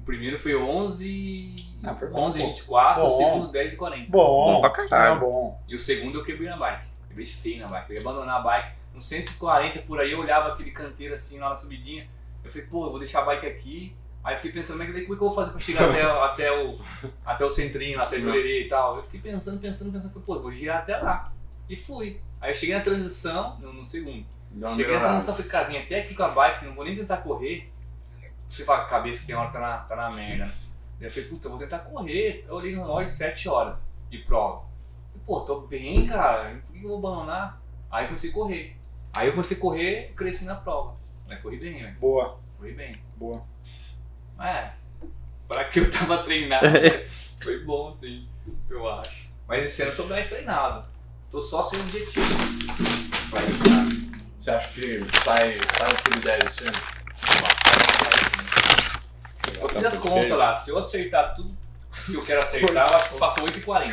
A: O primeiro foi 11.
E: Ah, foi bom,
A: 11
E: pô.
A: 24, o
E: Bom.
A: segundo 10 e 40.
E: Bom,
C: Bom pra caralho.
E: é bom.
A: E o segundo eu quebrei na bike. Quebrei feio na bike. Eu ia abandonar a bike. Uns 140 por aí, eu olhava aquele canteiro assim lá na subidinha. Eu falei, pô, eu vou deixar a bike aqui. Aí eu fiquei pensando, como é que como é que eu vou fazer pra chegar até, até, o, até o centrinho, até a joelheria e tal. Eu fiquei pensando, pensando, pensando. Falei, pô, eu vou girar até lá. E fui. Aí eu cheguei na transição, no, no segundo.
B: Dá uma
A: Cheguei na
B: melhorada.
A: transição, falei, cara, vim até aqui com a bike, não vou nem tentar correr. Você fala, a cabeça tem hora que tá na, tá na merda. né? Daí eu falei, puta, eu vou tentar correr. Eu olhei no relógio 7 horas de prova. Falei, Pô, tô bem, cara, por que eu vou abandonar? Aí eu comecei a correr. Aí eu comecei a correr, cresci na prova. Mas corri bem, né?
E: Boa,
A: Corri bem.
E: boa. [laughs]
A: É, pra que eu tava treinado, foi bom sim, eu acho. Mas esse ano eu tô mais treinado. Tô só sem objetivo. Vai esse ano.
B: Você acha que sai, sai um filho 10 esse ano?
A: Eu fiz as contas lá, se eu acertar tudo que eu quero acertar, eu acho que eu faço 8h40.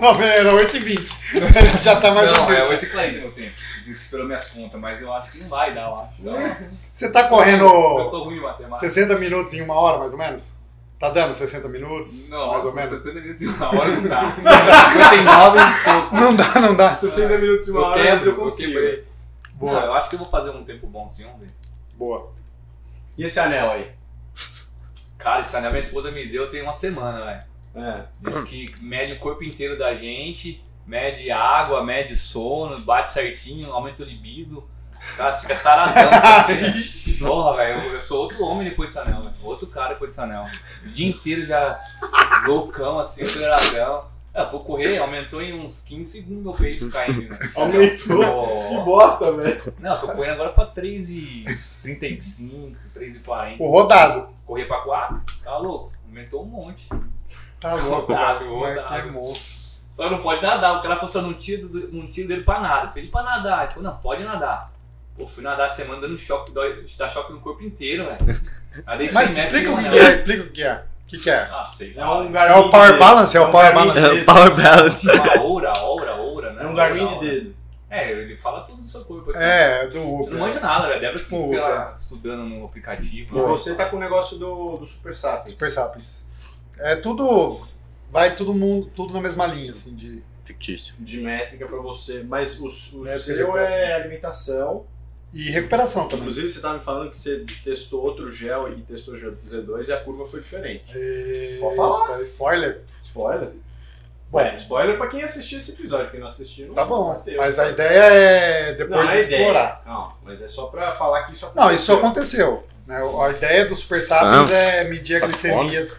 E: Não, era 8h20. [laughs] Já tá mais
A: não,
E: ou menos.
A: é 8h40 meu tempo, pelas minhas contas, mas eu acho que não vai dar, eu acho. Então,
E: Você tá correndo
A: Eu sou ruim em matemática.
E: 60 minutos em uma hora, mais ou menos? Tá dando 60 minutos?
A: Não,
E: mais ou
A: nossa,
E: menos.
A: 60 minutos em uma hora não dá. 59 e pouco.
E: Não dá, não dá.
B: 60 minutos e uma
A: Eu
B: hora, mas
A: quebro,
B: eu
A: eu
B: consigo.
A: quebrei. Não,
E: Boa,
A: eu acho que eu vou fazer um tempo bom sim, vamos ver.
E: boa.
B: E esse anel aí?
A: Cara, esse anel minha esposa me deu tem uma semana, velho.
B: É.
A: Diz que mede o corpo inteiro da gente, mede água, mede sono, bate certinho, aumenta o libido. Cara, você fica taradão dessa merda. Porra, velho, eu- eu sou outro homem depois desse anel, velho. Outro cara depois desse anel. O dia inteiro já loucão, assim, aceleradão. Ah, vou correr, aumentou em uns 15 segundos meu peso caindo. né?
E: [laughs]
B: Aumentou. Que bosta, velho.
A: Não, eu tô correndo agora pra 3,35, 3,40.
E: O rodado.
A: Correr pra 4, tá louco. Aumentou um monte.
E: Tá louco.
A: Rodado,
E: Mas que
A: rodado.
E: monstro.
A: Só não pode nadar. O cara falou só não tiro, do- não tiro dele pra nada. Eu falei, pra nadar. Ele falou, não, pode nadar. Pô, fui nadar essa semana dando choque, dói, dá choque no corpo inteiro, velho. Nadei 100
E: Mas
A: metros em
E: explica
A: um
E: o
A: uma
E: que, que
A: hora.
E: é, explica o que é. O que, que é?
A: Ah, sei.
B: É
A: [laughs]
B: um
E: É
B: Garmin
E: o power
B: de-
E: balance? É
B: é
E: o
B: um
E: power
B: Garmin
E: balance?
B: de-
C: Power Balance.
A: Uma oura, oura, oura, né?
B: É um
A: Oura,
B: Garmin de
A: oura.
B: dedo.
A: É, ele fala tudo do seu corpo aqui.
E: É, do
A: Eu não
E: Uber.
A: manjo nada, velho. A Débora que
E: Pô,
A: fica lá estudando no aplicativo.
B: Tipo, é. E
A: né?
B: você tá com o negócio do, do Super Sapiens.
E: Super Sapiens. É tudo. Vai todo mundo, tudo na mesma linha, assim, de.
C: Fictício.
B: de métrica pra você, mas o, o
E: Métrica de
B: seu
E: recuperação.
B: é alimentação.
E: E recuperação também.
B: Inclusive, você tava me falando que você testou outro gel e testou Z2 e a curva foi diferente. Pode falar.
E: Eita, Spoiler?
B: tá Spoiler?
E: Bom,
B: Ué, spoiler pra quem assistiu esse episódio, quem não assistiu não
E: tá bom.
B: bateu.
E: Mas a ideia é
B: não,
E: depois
B: é
E: explorar.
B: explorar. Não, mas é só pra falar que isso aconteceu.
E: Não, isso aconteceu. né? A ideia do Super Sapiens é medir a
C: tá
E: glicemia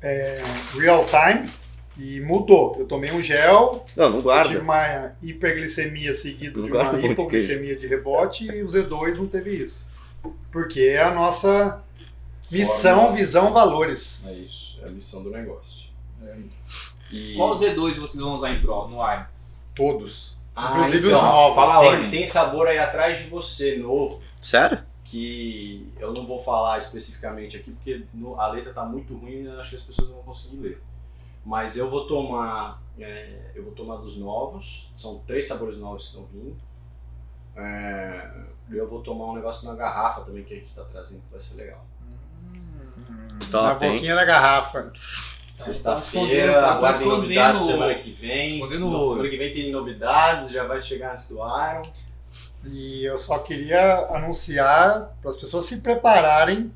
E: é, real time e mudou. Eu tomei um gel,
C: Não, não
E: eu tive
C: guarda.
E: uma hiperglicemia seguida
C: Não
E: de uma
C: guarda pão de
E: hipoglicemia de rebote e o Z2 não teve isso. Porque é a nossa missão,
B: Fórmula.
E: visão, valores.
B: É isso, é a missão do negócio.
E: É.
B: E...
A: Qual Z2 vocês vão usar em Pro, no ar?
E: Todos.
B: Ah,
E: Inclusive
B: então,
E: os novos.
A: fala a
B: Tem,
A: ordem.
B: tem sabor aí atrás de você, novo.
C: Sério?
B: que eu não vou falar especificamente aqui, porque no- a letra tá muito ruim e eu acho que as pessoas não vão conseguir ler. Mas eu vou tomar, é, eu vou tomar dos novos, são três sabores novos que estão vindo. É, eu vou tomar um negócio na garrafa também que a gente tá trazendo, que vai ser legal.
A: Tá,
E: Na
C: Top, hein?
E: boquinha da garrafa.
A: Então,
B: Sexta-feira,
A: tá
B: aguardem
A: escondendo-
B: novidades semana que vem.
A: escondendo o
B: No-
A: ouro.
B: semana que vem tem novidades, já vai chegar antes do Iron.
E: E eu só queria anunciar para as pessoas se prepararem,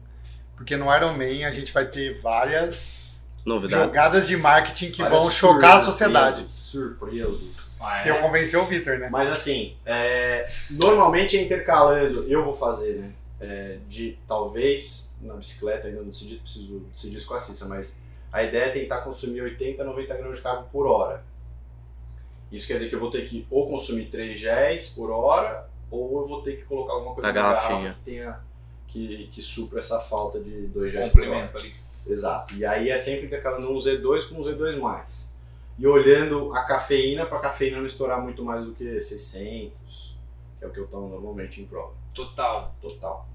E: porque no Iron Man a gente vai ter várias
C: Novidade.
E: jogadas de marketing que
B: Várias
E: vão chocar a
B: surpresas,
E: sociedade.
B: Surpresas.
E: Se eu convencer o Victor, né?
B: Mas assim, é, normalmente é intercalando, eu vou fazer, né? é, de talvez na bicicleta, ainda não decidi, preciso decidir isso com a Cissa, mas a ideia é tentar consumir 80, 90 gramas de carbo por hora. Isso quer dizer que eu vou ter que ou consumir 3 géis por hora, ou eu vou ter que colocar alguma coisa
C: Na
B: garrafa
C: garrafinha.
B: que tenha. Que, que supra essa falta de 2
A: Um
B: géis por hora.
A: complemento ali.
B: Exato. E aí é sempre intercalando um Z2 com um Z2+. mais. E olhando a cafeína para a cafeína não estourar muito mais do que 600, que é o que eu tomo normalmente em prova,
A: Total.
B: total.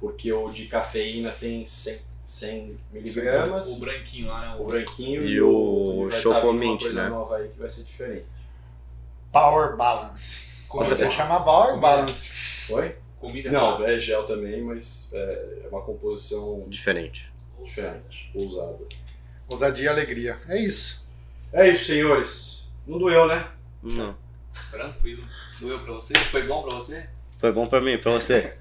B: Porque o de cafeína tem 100, 100
A: O
B: miligramas,
A: branquinho lá, né?
B: o
A: O...
B: branquinho
C: E
B: e
C: o
B: vai tá
C: Chocomint,
B: vindo uma coisa
C: né?
B: nova aí que vai ser diferente.
E: Power Balance.
A: Comida.
E: Podia chamar Power
A: Comida.
E: Balance.
B: Foi?
A: Comida.
B: Não, é gel também, mas é é uma composição
C: Diferente.
B: diferente, ousada.
E: Ousadia e alegria. É isso.
B: É isso, senhores. Não doeu, né?
C: Não.
A: Tranquilo. Doeu pra você? Foi bom pra
B: [laughs]
A: você?
C: Foi bom pra mim, pra você.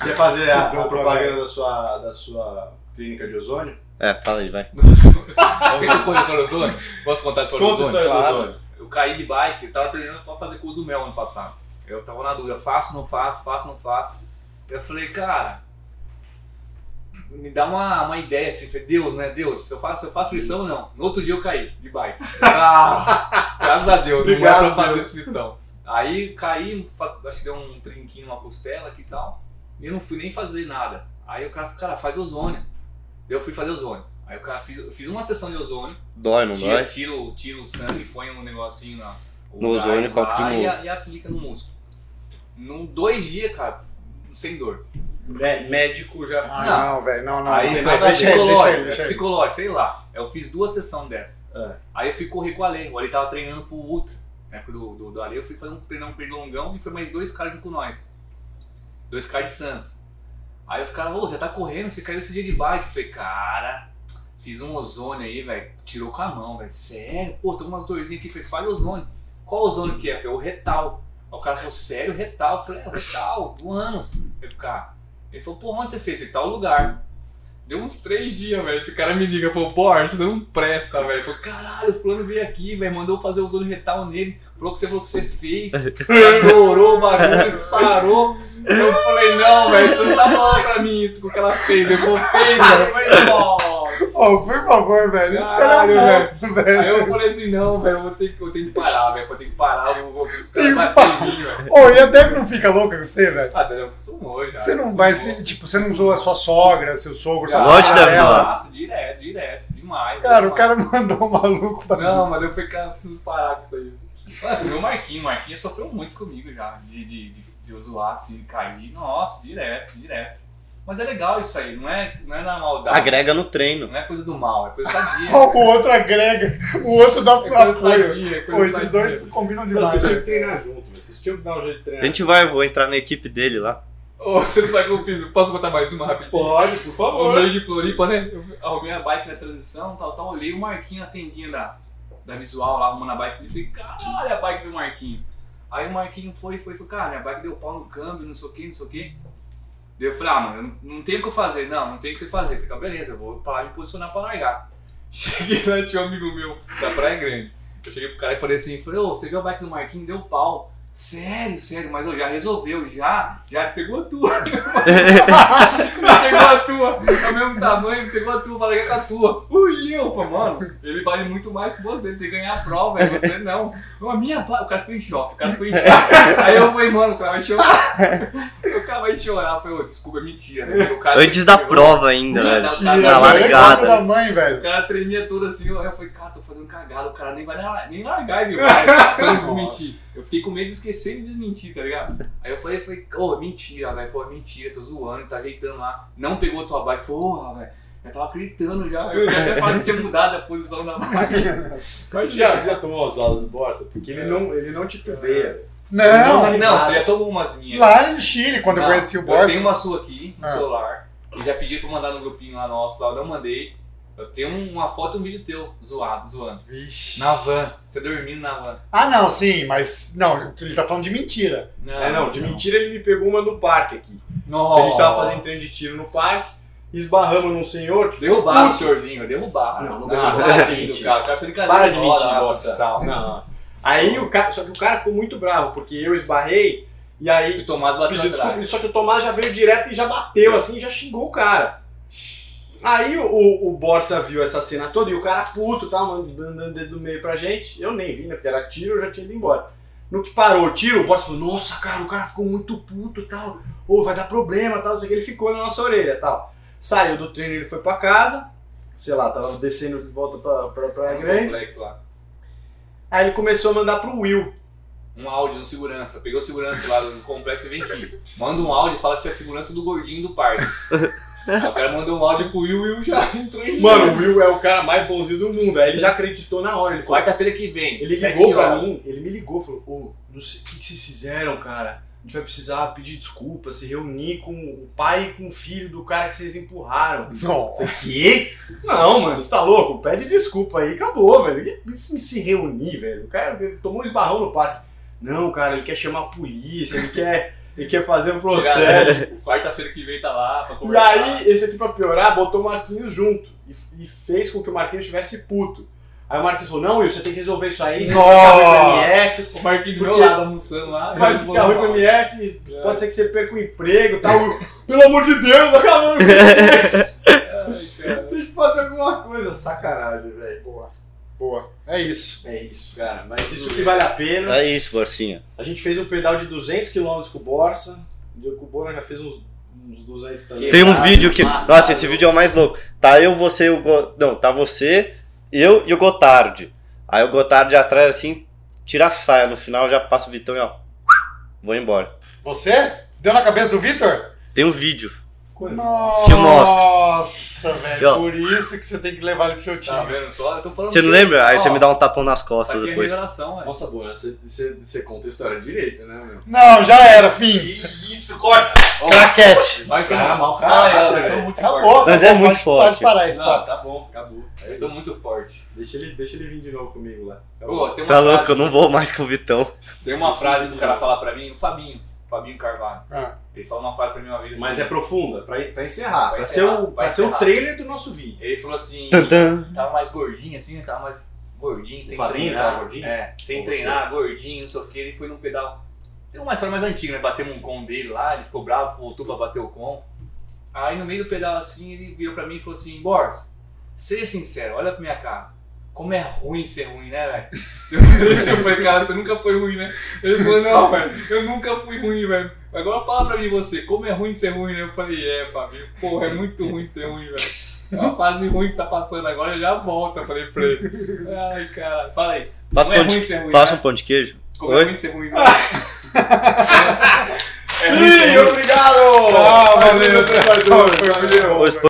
B: Quer fazer a,
E: Deu
B: a
E: um
B: propaganda da sua, da sua clínica de ozônio?
C: É, fala aí, vai.
A: Tem que correr sobre o ozônio? Posso contar a história do
B: Conta a
A: ozônio?
B: história
E: claro.
B: do ozônio.
A: Eu caí de bike, eu tava treinando pra fazer cozumel ano passado. Eu tava na dúvida, faço, não faço, faço, não faço. Eu falei, cara, me dá uma, uma ideia assim, falei, Deus, né, Deus, se eu faço, se eu faço lição ou não. No outro dia eu caí de
B: [laughs]
A: bike. Ah, graças a Deus, não era
B: Obrigado,
A: pra fazer
B: Deus.
A: essa lição. Aí caí, fa- acho que deu um trinquinho numa costela aqui e tal. E eu não fui nem fazer nada. Aí o cara falou, cara, faz ozônio. Daí eu fui fazer ozônio. Aí o cara fiz, eu fiz uma sessão de ozônio.
C: Dói, não
A: Tira,
C: dói?
A: tira, o- tira o sangue, põe um negocinho na, o
C: No ozônio,
A: gás
C: copo de
A: lá e,
C: novo.
A: a- e aplica no músculo. Num dois dias, cara, sem dor.
B: Mé- médico já
E: Ah,
A: Não.
E: não, velho. Não, não.
A: aí
E: não
A: foi
E: nada a ver.
A: psicológico, é
E: Deixa ele, deixa ele.
A: psicológico, sei lá. Eu fiz duas sessões dessa.
B: É.
A: Aí eu fui correr com o Ale. O Ale tava treinando pro Ultra. Na época do, do, do Ale, eu fui fazer um treinão com ele longão e foi mais dois caras junto com nós. Dois caras de Santos. Aí os caras, ô, já tá correndo, você caiu esse dia de bike. Eu falei, cara, fiz um ozônio aí, velho. Tirou com a mão, velho. Sério? Pô, tô com umas dorzinhas aqui. Eu Falei, faz ozônio. Qual ozônio que é? Eu Falei, o retal. Aí o cara falou, sério, retal? Eu falei, é, o retal, do anos. Eu falei, cara. Ele falou, pô, onde você fez? Eu Falei, tal lugar. Deu uns três dias, velho. Esse cara me liga, falou, Bor, você não presta, velho. Falou, caralho, o fulano veio aqui, velho, mandou eu fazer o ozônio retal nele. Falou que você falou que você
E: [laughs]
A: fez, você adorou o bagulho, sarou. Eu falei, não, velho, você não tá falando pra mim isso que o cara fez. Ele falou, fez, velho. Eu falei, "Nossa."
E: Ô, por favor, velho. Esse cara
A: Caralho,
E: é um monstro,
A: Aí
E: velho.
A: eu falei assim, não, velho, eu, vou ter que- eu tenho que parar, velho. Eu tenho que parar, eu vou os
E: Tem que
A: caras baterem em mim, velho.
E: Ô, e a Deb não fica louca com você, velho?
A: Ah, Daniel, acostumou já.
E: Você não, mas, você, tipo, você não zoa sua sogra, seu sogro,
A: um
E: sua
C: Lógico que
E: filha,
C: deve
E: ela.
C: zoar.
A: Nossa, direto, direto, demais.
E: Cara,
A: demais.
E: o cara mandou um maluco fazer.
A: Não, mas eu falei, cara, eu preciso parar com isso aí. Mano, você viu o Marquinhos, o Marquinhos sofreu muito comigo já, de, de, de, de eu zoar assim, cair. Nossa, direto, direto. Mas é legal isso aí, não é, não é na maldade.
C: Agrega no treino.
A: Não é coisa do mal, é coisa [laughs] sadia. é
E: O outro agrega, o outro dá
A: coisa
E: apoio.
A: sadia, é coisa
E: Pô, esses
A: sadia.
E: dois combinam
B: Não,
E: demais.
B: vocês tinham que
E: velho.
B: treinar junto, mas vocês tinham que dar um jeito de
C: A
B: treinar.
C: gente vai, vou entrar na equipe dele lá.
A: Ô, você não sabe o que eu fiz? eu Posso contar mais uma rapidinho?
B: Pode, por
A: O
B: favor.
A: meio Um de Floripa, né? Eu arrumei a bike na transição, tal, tal. Olhei o Marquinho na tendinha da, da visual lá, arrumando a bike. E falei, caralho, olha a bike do Marquinho. Aí o Marquinho foi, foi, foi, cara, minha bike deu pau no câmbio, não sei o que, não sei o que. Daí eu falei, ah, mano, eu não, não tem o que eu fazer. Não, não tem o que você fazer. Eu Falei, tá, beleza, eu vou parar de me posicionar pra largar. [laughs] Cheguei lá, tinha um amigo meu da Praia Grande. Eu cheguei pro cara e falei assim, falei, ô, você viu a bike do Marquinho, deu pau. Sério, sério, mas eu já resolveu, já, já pegou a
C: [laughs]
A: tua. pegou a tua, é o mesmo tamanho, pegou a tua, vai largar com a tua. Ui, eu, falei, mano, ele vale muito mais que você, ele tem que ganhar a prova, é você não. Não, a minha ba- o cara ficou em choque, o cara ficou em
C: [laughs]
A: choque. Aí eu falei, mano, o cara vai chorar. O cara vai chorar, eu falei, ô, desculpa, é mentira. né? O cara-
C: Antes da prova ainda, velho.
A: tá
E: Mentira,
C: Na
E: velho, é
C: largada.
E: coisa da mãe,
A: O
E: velho.
A: cara tremia todo assim, eu eu falei, cara, tô fazendo cagada, o cara nem vai lar- nem largar
E: [laughs]
A: ele vai, se eu não desmentir. Eu fiquei com medo de esquecer de desmentir, tá ligado? Aí eu falei, falei, ô, mentira, velho, falou, mentira, tô zoando, tá ajeitando lá, não pegou a tua bike, falou, porra, velho, eu tava gritando já, eu até falei que tinha mudado a posição da
E: [laughs]
A: bike.
B: Mas você já, você já tomou as aulas do Borta? Porque ele não, ele não titubeia.
E: Não,
B: Não,
A: Não, você já tomou umas minhas.
E: lá em Chile, quando eu
A: Não,
E: conheci o
A: Eu
E: Borges.
A: tenho uma sua aqui, no
E: Ah.
A: celular, e já pedi pra mandar no grupinho lá nosso, lá eu não mandei. Eu tenho uma foto e um vídeo teu, zoado, zoando.
E: Vixe.
A: Na van, você dormindo na van.
E: Ah, não, sim, mas. Não, ele tá falando de mentira.
A: Não,
B: É, não, de mentira ele me pegou uma no parque aqui.
A: Nossa.
B: A gente tava fazendo treino de tiro no parque, esbarramos num senhor que
A: Derrubaram o senhorzinho, vai derrubar.
B: Não, não
A: derrubaram.
B: derrubaram.
A: Para de mentir. Cara, cara, você brincadeira,
B: Para de
A: rola
B: mentir,
A: lá pro
B: Bossa.
A: hospital.
B: Não. Aí o cara, só que o cara ficou muito bravo, porque eu esbarrei e
A: E o
B: aí
A: Tomás bateu
B: pediu
A: atrás.
B: desculpa, só que o Tomás já veio direto e já bateu assim, já xingou o cara. Aí o, o Borsa viu essa cena toda e o cara puto, tá, mandando dedo do meio pra gente. Eu nem vi, né, porque era tiro, eu já tinha ido embora. No que parou o tiro, o Borsa falou, nossa, cara, o cara ficou muito puto e tal, ou vai dar problema, tal, não sei o que, ele ficou na nossa orelha tal. Saiu do treino, ele foi pra casa, sei lá, tava descendo de volta pra, pra, pra
A: Um
B: grande.
A: complexo lá.
B: Aí ele começou a mandar pro Will.
A: um áudio no segurança. Pegou o segurança lá do complexo e vem aqui. Manda um áudio e fala que você é segurança do gordinho do
C: [laughs]
A: parque. Aí o cara mandou um áudio pro Will Will já [laughs] entrou em
B: [laughs] Mano, o Will é o cara mais bonzinho do mundo. Aí ele já acreditou na hora. Ele falou,
A: Quarta-feira que vem.
B: Ele
A: sete
B: ligou pra
A: horas.
B: mim, ele me ligou, falou, ô, não sei o que, que vocês fizeram, cara. A gente vai precisar pedir desculpa, se reunir com o pai e com o filho do cara que vocês empurraram. Eu
E: Nossa.
B: falei, quê? Não, mano, você tá louco? Pede desculpa aí, acabou, velho. Que isso me se reunir, velho? O cara tomou um esbarrão no parque. Não, cara, ele quer chamar a polícia, ele quer, ele quer fazer um processo.
A: Quarta-feira que vem tá lá pra
B: E
A: conversar.
B: aí, esse aqui pra piorar, botou o Marquinhos junto. E, e fez com que o Marquinhos estivesse puto. Aí o Marquinhos falou, não, Will, você tem que resolver isso aí. você tem que ficar com o MF,
E: Nossa.
A: O Marquinhos do meu
B: Porque-
A: lado almoçando lá.
B: Vai
A: ele
B: ficar
A: falou,
B: ruim pro MF,
A: É.
B: pode ser que você perca o emprego e tal. Pelo amor de Deus, acabou isso.
C: [laughs]
A: "Ai, cara."
B: Você tem que fazer alguma coisa. Sacanagem, velho.
E: Boa. Boa. É isso.
B: É isso, cara. Mas isso que vale a pena.
C: É isso, Borcinha.
B: A gente fez um pedal de 200 km com o Borsa. E o Cubona já fez uns, uns 200 também.
C: Tem um
A: Quebrado,
C: vídeo que.
A: matado.
C: Nossa, esse vídeo é o mais louco. Tá eu, você e o. Go- Não, tá você, eu e o Gotardi. Aí o Gotardi atrás assim, tira a saia. No final já passa o Vitão e ó. Vou embora.
E: Você? Deu na cabeça do Vitor?
C: Tem um vídeo.
E: Nossa.
C: eu mostro.
E: velho.
C: Ó.
E: Por isso que você tem que levar ele pro seu time.
A: Tá vendo só? Eu tô falando
C: Você não
A: pra
C: lembra? Aí
A: Ó,
C: você me dá um tapão nas
A: isso
C: costas
A: aqui é
C: depois.
A: revelação, velho.
B: Nossa, Bona, você, você, você conta a história direito, né, meu?
E: Não, já era, fim.
D: Isso, corta!
E: Craquete.
A: Vai ser
B: Cara,
A: muito
B: mau
A: Ah,
B: caráter,
A: é, vai ser
B: velho.
A: muito forte.
E: Acabou.
C: Mas é
E: acabou,
C: muito
E: pode,
C: forte.
E: Pode parar isso,
B: Não,
E: tá?
B: tá bom, acabou. É
A: Vai ser
B: isso.
A: muito forte.
B: Deixa ele, deixa ele vir de novo comigo lá. Tá
A: Ô,
B: bom.
A: tem uma
C: Tá
A: frase-
C: louco, eu não vou mais com o Vitão.
A: Tem uma frase que o cara fala pra mim, o Fabinho, Fabinho Carvalho.
E: Ah.
A: Ele falou uma frase pra mim uma vez assim.
B: Mas é profunda, pra, pra encerrar.
A: Vai
B: Pra ser,
A: encerrar,
B: o,
A: vai
B: pra ser o
A: encerrar.
B: trailer do nosso vídeo.
A: Ele falou assim,
C: Tan, tan.
A: tava mais gordinho assim, tava mais gordinho, sem
B: Fabinho
A: treinar.
B: tava gordinho?
A: É, sem
B: Ou
A: treinar, gordinho, não sei o que, ele foi num pedal. Tem uma história mais antiga, né? Batemos um com dele lá, ele ficou bravo, voltou pra bater o com. Aí no meio do pedal assim, ele virou pra mim e falou assim, Boris, seja sincero, olha pra minha cara. Como é ruim ser ruim, né, velho? [laughs] Eu falei, cara, você nunca foi ruim, né? Ele falou, não, velho, eu nunca fui ruim, velho. Agora fala pra mim você, como é ruim ser ruim, né? Eu falei, é, Fabinho, porra, é muito ruim ser ruim, velho. É uma fase ruim que você tá passando agora, já volta, eu falei pra ele. Ai, cara, fala aí.
C: Passa
A: como é
C: um pão
A: ruim
C: de-
A: ser ruim,
C: Passa um
A: né?
C: pão de queijo.
A: Como
C: Oi?
A: é ruim ser ruim, né? é ruim ser ruim.
B: Sim, obrigado!
E: Ah,
B: Mais um
E: valeu.
B: episódio.
E: Foi, foi, foi.
C: Ô,